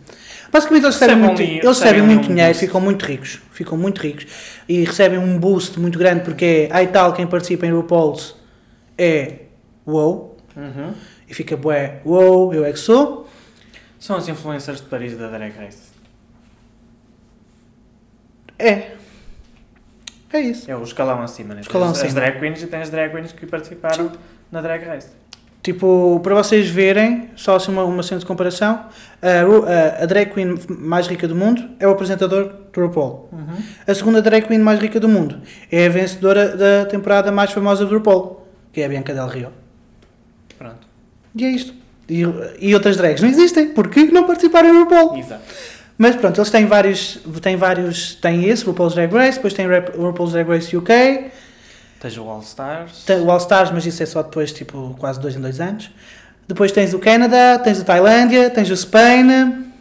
Speaker 2: Basicamente eles
Speaker 1: Recebem
Speaker 2: recebem,
Speaker 1: um
Speaker 2: muito,
Speaker 1: dinheiro,
Speaker 2: eles recebem
Speaker 1: recebem
Speaker 2: muito
Speaker 1: um
Speaker 2: dinheiro,
Speaker 1: boost.
Speaker 2: ficam muito ricos, ficam muito ricos e recebem um boost muito grande porque é, ai tal, quem participa em RuPaul's é wow
Speaker 1: Uhum.
Speaker 2: e fica bué, wow, eu é que sou.
Speaker 1: São os influencers de Paris da Drag Race.
Speaker 2: É. É isso.
Speaker 1: É o escalão acima, né?
Speaker 2: Escalão
Speaker 1: Tens
Speaker 2: acima.
Speaker 1: As drag queens e tens drag queens que participaram na drag race.
Speaker 2: Tipo, para vocês verem, só assim uma, uma cena de comparação, a, Ru- a, a drag queen mais rica do mundo é o apresentador do RuPaul. A segunda drag queen mais rica do mundo é a vencedora da temporada mais famosa do RuPaul, que é a Bianca Del Rio.
Speaker 1: Pronto.
Speaker 2: E é isto. E, e outras drags não existem, porque não participaram em RuPaul.
Speaker 1: Exato.
Speaker 2: Mas pronto, eles têm vários, têm vários, têm esse, RuPaul's Drag Race, depois tem Rap- RuPaul's Drag Race UK,
Speaker 1: Tens o All Stars.
Speaker 2: Tem o All Stars, mas isso é só depois, tipo, quase dois em dois anos. Depois tens o Canadá, tens o Tailândia, tens o Spain.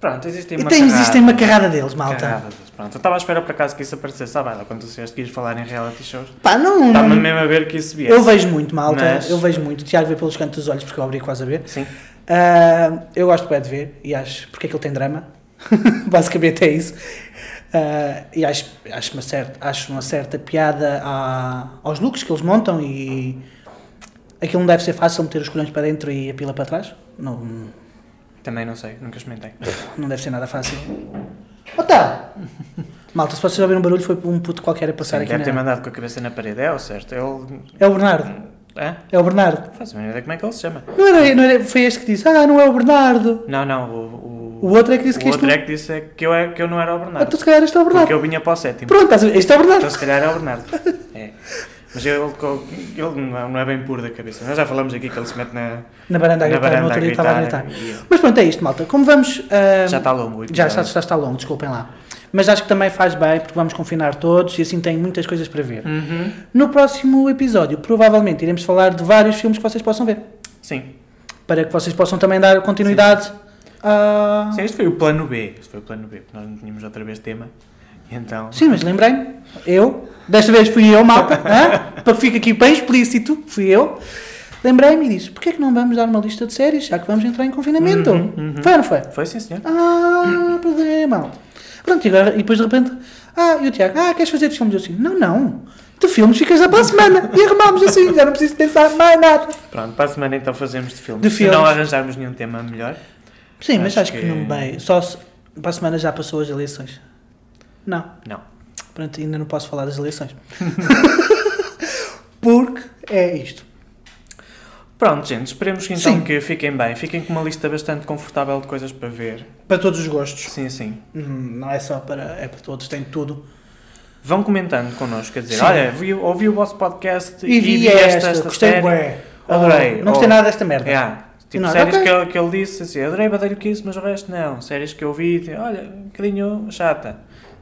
Speaker 1: Pronto, existem
Speaker 2: E
Speaker 1: uma
Speaker 2: tens,
Speaker 1: carrada.
Speaker 2: existem uma carrada deles, malta.
Speaker 1: Carrada deles. Pronto, eu estava à espera por acaso que isso aparecesse à baila quando tu disseste que ias falar em reality shows.
Speaker 2: Pá, não.
Speaker 1: Estava
Speaker 2: não
Speaker 1: mesmo a ver que isso viesse.
Speaker 2: Uhum. eu vejo muito, malta.
Speaker 1: Mas-
Speaker 2: Eu vejo muito. O Tiago vê pelos cantos dos olhos, porque eu abri quase a ver.
Speaker 1: Sim.
Speaker 2: Ah, eu gosto bem de ver e acho. porque é que ele tem drama. (laughs) Basicamente é isso. Ah, e acho, acho, uma certa, acho uma certa piada à- aos looks que eles montam e. Aquilo não deve ser fácil meter os colhões para dentro e a pila para trás. Não,
Speaker 1: Também não sei, nunca experimentei.
Speaker 2: Não deve ser nada fácil. Otário! (laughs) Malta, se vocês ouviram um barulho, foi um puto qualquer a passar
Speaker 1: Sim,
Speaker 2: aqui.
Speaker 1: deve ter
Speaker 2: Na...
Speaker 1: mandado com a cabeça na parede, é o certo. Ele.
Speaker 2: É o Bernardo.
Speaker 1: É?
Speaker 2: É o Bernardo.
Speaker 1: Não faço a mínima ideia como é que ele se chama.
Speaker 2: Não era, não era- foi este que disse: Ah, não é o Bernardo.
Speaker 1: Não, não, o.
Speaker 2: O outro é que disse
Speaker 1: o
Speaker 2: que isto.
Speaker 1: outro é que disse é que eu, é, que eu não era o
Speaker 2: Ah,
Speaker 1: Bernardo.
Speaker 2: tu se calhar este é o Bernardo.
Speaker 1: Porque eu vinha para o sétimo.
Speaker 2: Pronto, estás a ver? este é o Bernardo.
Speaker 1: Então se calhar é o Bernardo. É. Mas ele, ele não é- não é bem puro da cabeça. Nós já falamos aqui que ele se mete na,
Speaker 2: Na baranda
Speaker 1: na
Speaker 2: a gritar, no
Speaker 1: varanda a
Speaker 2: outro dia estava a gritar.
Speaker 1: gritar. e
Speaker 2: Mas pronto, é isto, malta. Como vamos. ah,
Speaker 1: Já tá está longo. o
Speaker 2: Já
Speaker 1: episódio.
Speaker 2: está, está, está longo, desculpem lá. Mas acho que também faz bem, porque vamos confinar todos e assim tem muitas coisas para ver.
Speaker 1: Uhum.
Speaker 2: No próximo episódio, provavelmente, iremos falar de vários filmes que vocês possam ver.
Speaker 1: Sim.
Speaker 2: para que vocês possam também dar continuidade a.
Speaker 1: Sim, este foi o plano B. Este foi o plano B, porque nós não tínhamos outra vez tema. E então.
Speaker 2: Sim, mas lembrei-me, eu, desta vez fui eu, malta, hã? para que fique aqui bem explícito, fui eu. Lembrei-me e disse: porquê é que não vamos dar uma lista de séries, já que vamos entrar em confinamento?
Speaker 1: Uhum, uhum.
Speaker 2: Foi ou não foi?
Speaker 1: Foi sim, senhor.
Speaker 2: Ah, poder, mal. Pronto, e, agora, e depois de repente, ah, e o Tiago, ah, queres fazer de filmes? Eu assim: não, não, de filmes ficas lá para a semana e arrumamos assim, já não preciso pensar mais nada.
Speaker 1: Pronto, para a semana então fazemos de filme.
Speaker 2: De
Speaker 1: Se
Speaker 2: filmes.
Speaker 1: não arranjarmos nenhum tema melhor.
Speaker 2: Sim, mas acho
Speaker 1: Acho
Speaker 2: que,
Speaker 1: que-
Speaker 2: não bem, só se, para a semana já passou as eleições. Não.
Speaker 1: Não.
Speaker 2: (laughs) Pronto, ainda não posso falar das eleições. Porque é isto.
Speaker 1: Pronto, gente, esperemos que então
Speaker 2: Sim.
Speaker 1: que fiquem bem. Fiquem com uma lista bastante confortável de coisas para ver.
Speaker 2: Para todos os gostos.
Speaker 1: Sim, sim.
Speaker 2: Hum, Não é só para. É para todos, tem tudo.
Speaker 1: Vão comentando connosco, a dizer,
Speaker 2: Sim.
Speaker 1: olha, vi- ouvi o vosso podcast
Speaker 2: E vi esta, gostei,
Speaker 1: série.
Speaker 2: bué.
Speaker 1: Adorei.
Speaker 2: Oh, Não gostei
Speaker 1: Oh.
Speaker 2: nada desta merda.
Speaker 1: Yeah. Tipo,
Speaker 2: Não,
Speaker 1: séries
Speaker 2: ok.
Speaker 1: que, ele, que ele disse assim, adorei Batalha 15, mas o resto não. Séries que eu vi, tipo, olha, um bocadinho chata.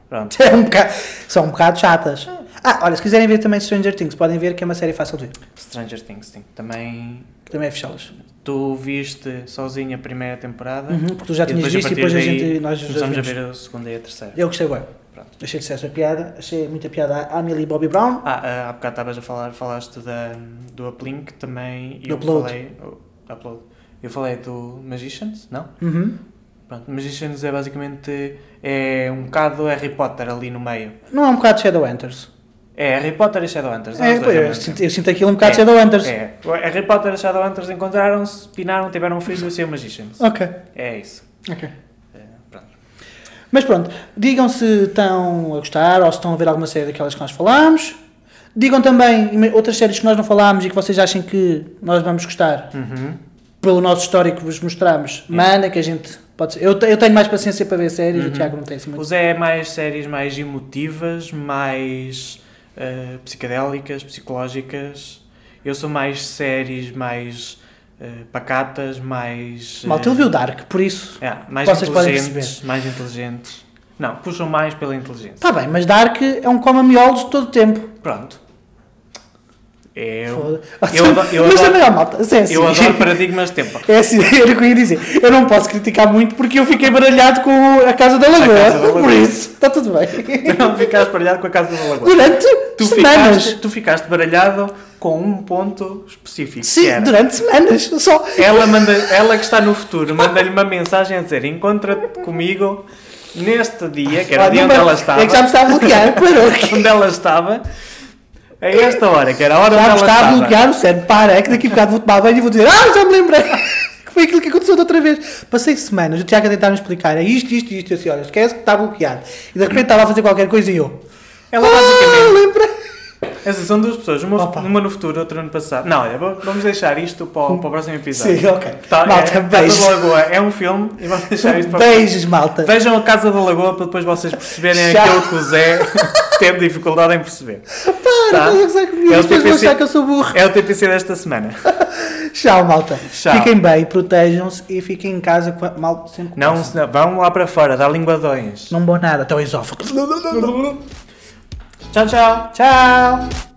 Speaker 1: Pronto.
Speaker 2: (laughs) É um bocado- são um bocado chatas.
Speaker 1: É.
Speaker 2: Ah, olha, se quiserem ver também Stranger Things, podem ver que é uma série fácil de ver.
Speaker 1: Stranger Things, sim. Também
Speaker 2: que Também é fechá-las.
Speaker 1: tu viste sozinho a primeira temporada.
Speaker 2: Uhum, porque tu já
Speaker 1: E
Speaker 2: tinhas
Speaker 1: depois, a
Speaker 2: visto
Speaker 1: partir
Speaker 2: e depois a
Speaker 1: daí,
Speaker 2: gente, nós os dois
Speaker 1: Começamos a
Speaker 2: vimos.
Speaker 1: ver a segunda e a terceira.
Speaker 2: Eu gostei bem.
Speaker 1: Pronto.
Speaker 2: Achei de sucesso a piada, achei muita piada a Millie Bobby Brown.
Speaker 1: Ah, ah, há bocado estavas a falar, falaste da, do uplink também. e
Speaker 2: Do
Speaker 1: eu
Speaker 2: upload.
Speaker 1: falei. oh, upload. Eu falei do Magicians, não?
Speaker 2: Uhum.
Speaker 1: Pronto, Magicians é basicamente é um bocado Harry Potter ali no meio.
Speaker 2: Não é um bocado Shadowhunters.
Speaker 1: É Harry Potter e Shadowhunters.
Speaker 2: É,
Speaker 1: os dois
Speaker 2: pois,
Speaker 1: ao
Speaker 2: eu,
Speaker 1: mesmo
Speaker 2: sinto,
Speaker 1: tempo.
Speaker 2: eu sinto aquilo um bocado
Speaker 1: É,
Speaker 2: Shadowhunters.
Speaker 1: É. O Harry Potter e Shadowhunters encontraram-se, pinaram, tiveram um filho e o seu Magicians.
Speaker 2: Ok,
Speaker 1: É isso.
Speaker 2: ok.
Speaker 1: É, pronto.
Speaker 2: Mas pronto, digam se estão a gostar ou se estão a ver alguma série daquelas que nós falámos. Digam também ima- outras séries que nós não falámos e que vocês achem que nós vamos gostar.
Speaker 1: Uhum.
Speaker 2: Pelo nosso histórico que vos mostramos.
Speaker 1: É.
Speaker 2: Manda que a gente pode ser. Eu, te- eu tenho mais paciência para ver séries,
Speaker 1: Uhum.
Speaker 2: o Tiago não tem assim
Speaker 1: O
Speaker 2: muito.
Speaker 1: Zé é mais séries mais emotivas, mais eh, psicadélicas, psicológicas. Eu sou mais séries mais eh, pacatas, mais. eh,
Speaker 2: Mal, ele viu Dark, por isso.
Speaker 1: é, mais
Speaker 2: Vocês podem
Speaker 1: inteligentes. Mais inteligentes. Não, puxam mais pela inteligência.
Speaker 2: Está Tá bem, mas Dark é um coma miolos de todo o tempo.
Speaker 1: Pronto. Eu,
Speaker 2: Foda-
Speaker 1: eu adoro- eu
Speaker 2: mas
Speaker 1: adoro-
Speaker 2: também, ó, malta, se é assim.
Speaker 1: eu adoro paradigmas de tempo.
Speaker 2: (laughs) É assim, (laughs) era o que eu ia dizer. Eu não posso criticar muito porque eu fiquei baralhado com a Casa da Lagoa.
Speaker 1: Casa da Lagoa.
Speaker 2: (laughs) Por isso, está tudo bem.
Speaker 1: Tu não ficaste baralhado com a casa da lagoa.
Speaker 2: Durante
Speaker 1: Tu
Speaker 2: semanas.
Speaker 1: ficaste, tu ficaste baralhado com um ponto específico. que
Speaker 2: Sim,
Speaker 1: era-
Speaker 2: durante semanas. Só.
Speaker 1: Ela, manda, ela que está no futuro manda-lhe uma mensagem a dizer: Encontra-te comigo neste dia, que era o
Speaker 2: Olha,
Speaker 1: dia onde
Speaker 2: mas-
Speaker 1: ela estava.
Speaker 2: É que já
Speaker 1: (laughs)
Speaker 2: me está a bloquear. Parou.
Speaker 1: Onde ela estava, a esta hora, que era a hora
Speaker 2: Já
Speaker 1: onde
Speaker 2: me
Speaker 1: ela
Speaker 2: está a
Speaker 1: estava.
Speaker 2: bloquear o cérebro. Para, é que daqui a bocado vou tomar banho e vou dizer: Ah, já me lembrei. (laughs) Que foi aquilo que aconteceu da outra vez. Passei semanas, o Tiago a tentar me explicar. É isto, isto, isto. Eu assim: Olha, esquece que está bloqueado. E de repente estava a fazer qualquer coisa e eu.
Speaker 1: Ela
Speaker 2: Ah,
Speaker 1: basicamente.
Speaker 2: lembrei.
Speaker 1: Essas são duas pessoas, uma,
Speaker 2: Opa.
Speaker 1: uma no futuro, outra no passado. Não, olha, vou- vamos deixar isto para o, para o próximo episódio.
Speaker 2: Sim, ok.
Speaker 1: Tá,
Speaker 2: Malta,
Speaker 1: é,
Speaker 2: beijos.
Speaker 1: Casa da Lagoa é um filme e vamos deixar isto para
Speaker 2: Beijos, malta.
Speaker 1: Vejam a Casa da Lagoa para depois vocês perceberem
Speaker 2: Tchau.
Speaker 1: aquilo que o Zé (laughs) teve dificuldade em perceber.
Speaker 2: Para,
Speaker 1: Tá.
Speaker 2: estás a gozar comigo.
Speaker 1: É o
Speaker 2: Depois vão
Speaker 1: TPC.
Speaker 2: achar que eu sou burro.
Speaker 1: É o TPC desta semana.
Speaker 2: Tchau, malta.
Speaker 1: Tchau.
Speaker 2: Fiquem bem, protejam-se e fiquem em casa com a... mal sempre que
Speaker 1: Não,
Speaker 2: possam.
Speaker 1: senão- vão lá para fora, dá linguadões.
Speaker 2: Não bom nada, até o esófago.
Speaker 1: Tchau, tchau.
Speaker 2: Tchau!